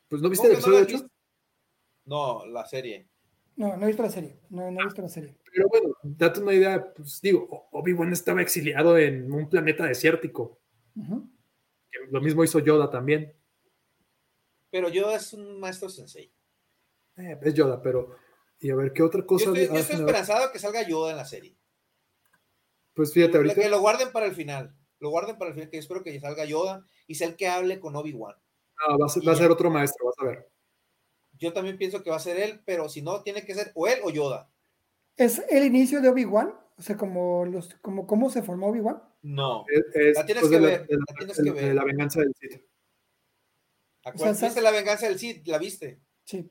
Pues no viste
¿cómo
el
que no lo
episodio
has
8,
visto? No, la serie.
No, no he visto la serie. No, no he visto la serie.
pero bueno, date una idea, pues digo, O- Obi-Wan estaba exiliado en un planeta desértico,
Ujú.
que lo mismo hizo Yoda también,
Pero yo es un maestro sensei.
Eh, es Yoda, pero y a ver qué otra
Yo
cosa
estoy, yo
hacen
estoy
ahora?
esperanzado que salga Yoda en la serie.
Pues fíjate, ahorita
Que lo guarden para el final. Lo guarden para el final, que yo espero que salga Yoda y sea el que hable con Obi-Wan.
no, Ah, va, a ser, va a ser otro maestro, vas a ver.
Yo también pienso que va a ser él, pero si no, tiene que ser o él o Yoda.
¿Es el inicio de Obi-Wan? O sea, como los, como cómo se formó Obi-Wan.
No.
Es, es
La tienes
después
que
de
ver,
de
la tienes que
de
ver.
la venganza del sitio.
O sea,
¿Viste la venganza del Cid? ¿La viste?
Sí,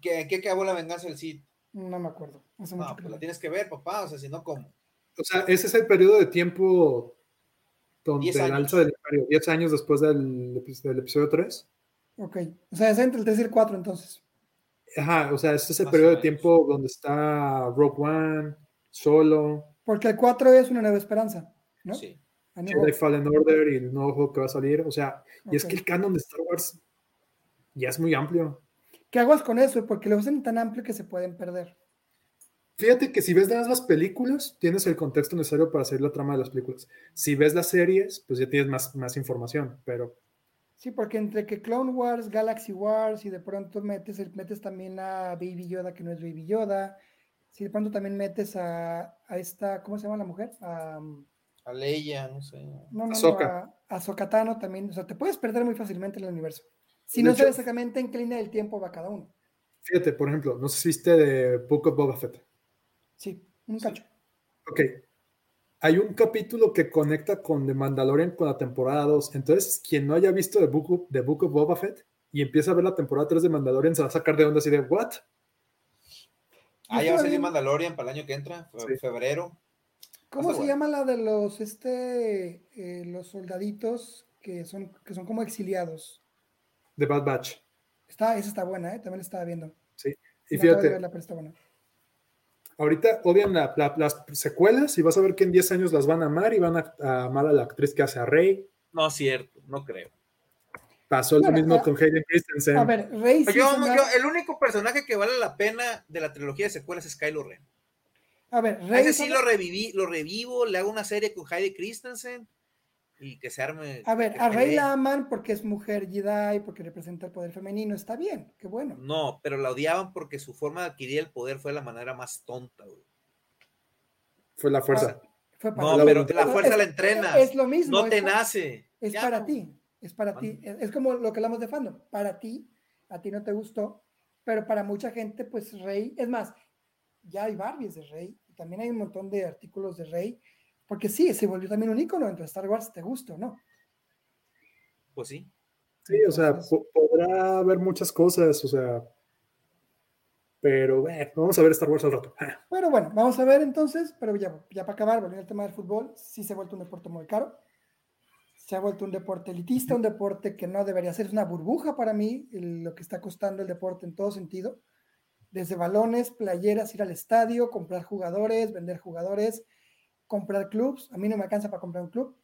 ¿Qué, en qué acabó la venganza del Cid?
no me acuerdo. Hace mucho
No,
que
pues
no.
la tienes que ver, papá. O sea, si no, ¿cómo?
O sea, ese es el periodo de tiempo donde
Diez
el
años.
alza del imperio, 10 años después del, epi- del episodio 3.
Ok. O sea, es entre el 3 y el 4 entonces.
Ajá, o sea, ese es el
Más o
periodo de
menos.
tiempo donde está Rogue One, Solo,
Porque el 4 es una nueva esperanza, ¿no?
Sí.
A New
Jedi
Hope.
Fallen Order y el nuevo juego que va a salir. O sea, y es
Ok.
que el canon de Star Wars ya es muy amplio.
¿Qué hagas con eso? Porque lo hacen tan amplio que se pueden perder.
Fíjate que si ves nada más las películas, tienes el contexto necesario para seguir la trama de las películas. Si ves las series, pues ya tienes más, más información, pero
Sí, porque entre que Clone Wars, Galaxy Wars y de pronto metes, el- metes también a Baby Yoda que no es Baby Yoda. Si de pronto también metes a, a esta, ¿cómo se llama la mujer? A, um,
A Leia, no sé.
no, no, no,
Ahsoka.
a, a Sokatano también. O sea, te puedes perder muy fácilmente en el universo. Si
De
no
hecho-
sabes exactamente en qué línea del tiempo va cada uno.
fíjate, por ejemplo, no sé si viste de Book of Boba Fett.
Sí, un
Sí.
cacho.
Ok. Hay un capítulo que conecta con The Mandalorian con la temporada 2. Entonces, quien no haya visto The Book of, The Book of Boba Fett y empieza a ver la temporada 3 de Mandalorian, se va a sacar de onda así de, ¿what?
Yo
Ah, ya va a
estaba
salir
viendo-
Mandalorian para el año que entra, fe-
Sí.
febrero.
¿Cómo se
bueno.
llama la de los este eh, los soldaditos que son que son como exiliados?
The Bad Batch.
Está, esa está buena, ¿eh? También la estaba viendo.
Y
No acabo de
fíjate,
verla, pero está buena.
ahorita odian la- la- las secuelas y vas a ver que en 10 años las van a amar y van a, a amar a la actriz que hace a Rey.
No, cierto, no creo.
Pasó lo
Bueno,
mismo
a-
con Hayden Christensen.
A ver, Rey sí
Eh, Yo,
se me ha-
yo- el único personaje que vale la pena de la trilogía de secuelas es Kylo Ren.
A ver,
A
Rey
Ese sí
se-
lo, reviví, lo revivo, le hago una serie con Heidi Christensen y que se arme.
A ver,
que
a Rey
pelee.
la aman porque es mujer Jedi, porque representa el poder femenino, está bien, qué bueno.
No, pero la odiaban porque su forma de adquirir el poder fue de la manera más tonta, güey.
Fue la fuerza.
Ah, Fue para
No,
la
ti.
pero
voluntad.
la fuerza
Es-
la entrenas.
Es lo mismo.
no
es
te
pa-
nace.
Es
Ya,
para
no.
ti, es para ti. Es, es como lo que hablamos de fandom. Para ti, a ti no te gustó, pero para mucha gente, pues Rey, es más, ya hay Barbies de Rey, También hay un montón de artículos de Rey, porque sí, se volvió también un icono dentro de Star Wars, te gusta o no.
Pues sí.
Sí, o sea, po- podrá haber muchas cosas, o sea. Pero, eh, vamos a ver Star Wars al rato.
Pero bueno, vamos a ver entonces, pero ya, ya para acabar, volviendo al tema del fútbol, sí se ha vuelto un deporte muy caro. Se ha vuelto un deporte elitista, un deporte que no debería ser, es una burbuja para mí, el- lo que está costando el deporte en todo sentido. Desde balones, playeras, ir al estadio, comprar jugadores, vender jugadores, comprar clubs. A mí no me alcanza para comprar un club.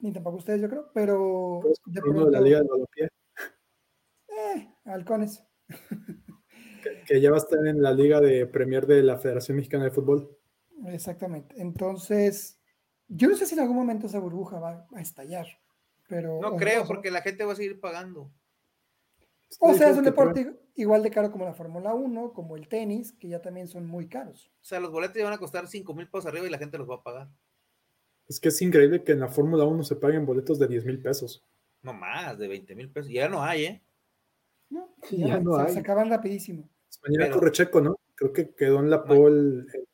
Ni tampoco ustedes, yo creo, pero...
Puedes
de
comprar uno de la
pronto-
Liga de Balompié,
eh, halcones.
que- que ya va a estar en la Liga de Premier de la Federación Mexicana de Fútbol.
Exactamente. Entonces, yo no sé si en algún momento esa burbuja va a estallar, pero...
No
o-
creo,
o-
porque la gente va a seguir pagando.
O sea,
Ustedes
es un
que
deporte igual de caro como la Fórmula 1, como el tenis, que ya también son muy caros.
O sea, los boletos ya van a costar 5 mil pesos arriba y la gente los va a pagar.
Es que es increíble que en la Fórmula 1 se paguen boletos de 10 mil pesos.
No más, de 20 mil pesos. Ya no hay, ¿eh?
¿no?
Sí,
Ya
ya no
se,
hay.
se acaban rapidísimo.
Mañana
Pero-
corre Checo, ¿no? Creo que quedó en la pole. eh,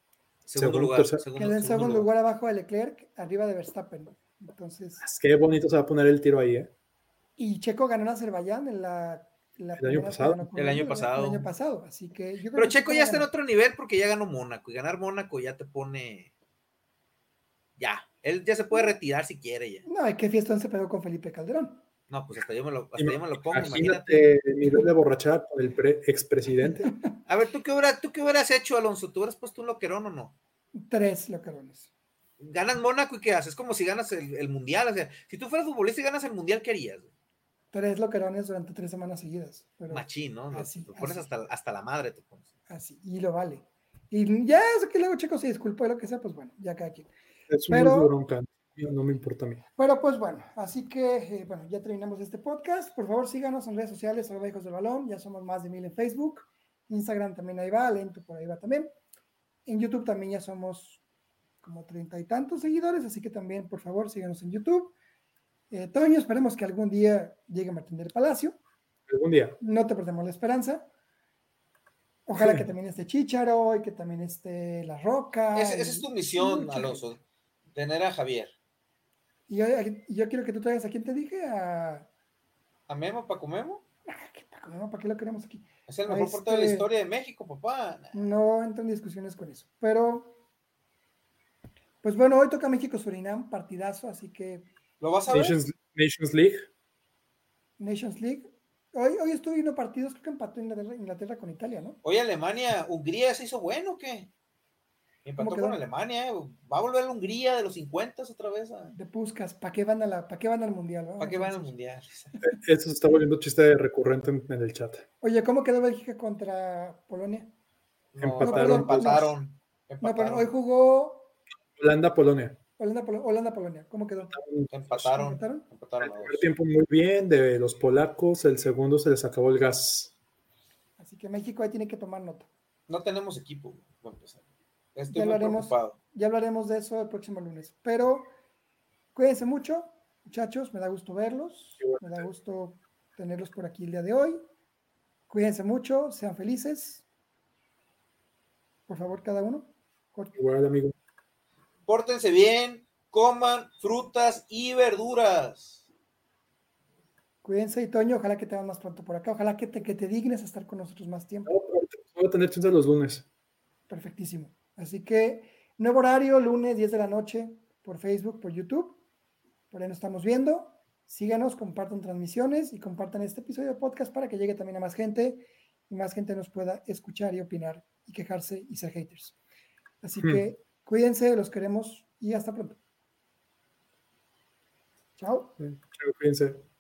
Segundo
Segundo,
lugar.
tercero.
Segundo,
Queda en
segundo
segundo
lugar.
lugar abajo de Leclerc, arriba de Verstappen. Entonces,
Qué bonito se va a poner el tiro ahí, ¿eh?
y Checo ganó en Azerbaiyán en la... la
El año
primera que
pasado.
ganó con
El año
Honduras,
pasado.
El año pasado, así que yo creo
Pero
que
Checo ya está en
gana.
otro nivel porque ya ganó Mónaco. Y ganar Mónaco ya te pone. Ya. Él ya se puede retirar si quiere ya.
No, es que fiestón se pegó con Felipe Calderón.
No, pues hasta yo me lo, hasta yo me lo pongo, imagínate.
Imagínate el nivel de borrachera con el pre- expresidente.
A ver, ¿tú qué, hubiera- ¿tú qué hubieras hecho, Alonso? ¿Tú hubieras puesto un loquerón o no?
Tres locarones.
Ganas Mónaco y ¿qué haces? Es como si ganas el, el mundial. O sea, si tú fueras futbolista y ganas el mundial, ¿qué harías?
Tres loquerones durante tres semanas seguidas. Pero
Machín, ¿no?
Así,
te pones
así.
hasta, hasta la madre, te pones.
así, y lo vale. Y ya, eso que luego Checo se disculpó y lo que sea, pues bueno, ya cada quien.
Es un
Pero-
muy bronca. Mira, No me importa a mí.
Pero pues bueno, así que eh, bueno, ya terminamos este podcast. Por favor, síganos en redes sociales, arroba hijos del balón. Ya somos más de mil en Facebook. Instagram también ahí va, lento por ahí va también. En YouTube también ya somos como treinta y tantos seguidores, así que también, por favor, síganos en YouTube. Eh, Toño, esperemos que algún día llegue Martín del Palacio.
Algún día.
no te perdemos la esperanza. Ojalá que también esté Chicharo y que también esté La Roca.
Esa,
y-
esa es tu misión,
mucha
Alonso. Tener a Javier.
Y yo, y yo quiero que tú traigas a quien te dije, a...
¿A Memo, Paco Memo?
Ah, ¿qué Paco Memo? ¿Para qué lo queremos aquí?
Es el
A
mejor portero de la
este-
historia de México, papá.
No entro en discusiones con eso. Pero, pues bueno, hoy toca México-Surinam, partidazo, así que
¿Lo vas a ver?
Nations, Nations League.
Nations League. Hoy, hoy estuve viendo partidos, creo que empató Inglaterra, Inglaterra con Italia, ¿no?
Hoy Alemania, Hungría se hizo bueno, ¿o ¿qué? Empató
quedó?
con Alemania, eh. va a volver la Hungría de los 50 otra vez. a-
De Puskas, ¿para qué van, a la, ¿para qué van al Mundial? no?
¿Para qué van al mundial?
Esto se está volviendo chiste recurrente en, en el chat.
Oye, ¿cómo quedó Bélgica contra Polonia?
No,
Empataron.
empataron. Empataron.
No, pero
Empataron.
hoy jugó
Holanda, Polonia.
Holanda, Polo- Holanda, Polonia, ¿cómo quedó?
Empataron.
¿Empataron?
Empataron a
El
dos.
primer tiempo muy bien de los polacos. El segundo se les acabó el gas.
Así que México ahí tiene que tomar nota.
No tenemos equipo. güey, para empezar. Estoy
Ya lo
muy
haremos.
preocupado.
Ya hablaremos de eso el próximo lunes. Pero cuídense mucho, muchachos, me da gusto verlos, me da gusto tenerlos por aquí el día de hoy. Cuídense mucho, sean felices. Por favor, cada uno. Corte.
Igual, amigo.
Pórtense bien, coman frutas y verduras.
Cuídense, y Toño, ojalá que te vean más pronto por acá, ojalá que te, que te dignes a estar con nosotros más tiempo.
No, pero voy a tener chance los lunes.
Perfectísimo. Así que nuevo horario, lunes 10 de la noche, por Facebook, por YouTube. Por ahí nos estamos viendo. Síganos, compartan transmisiones y compartan este episodio de podcast para que llegue también a más gente y más gente nos pueda escuchar y opinar y quejarse y ser haters. Así
Hmm.
que cuídense, los queremos y hasta pronto. Chao.
Chao, Cuídense.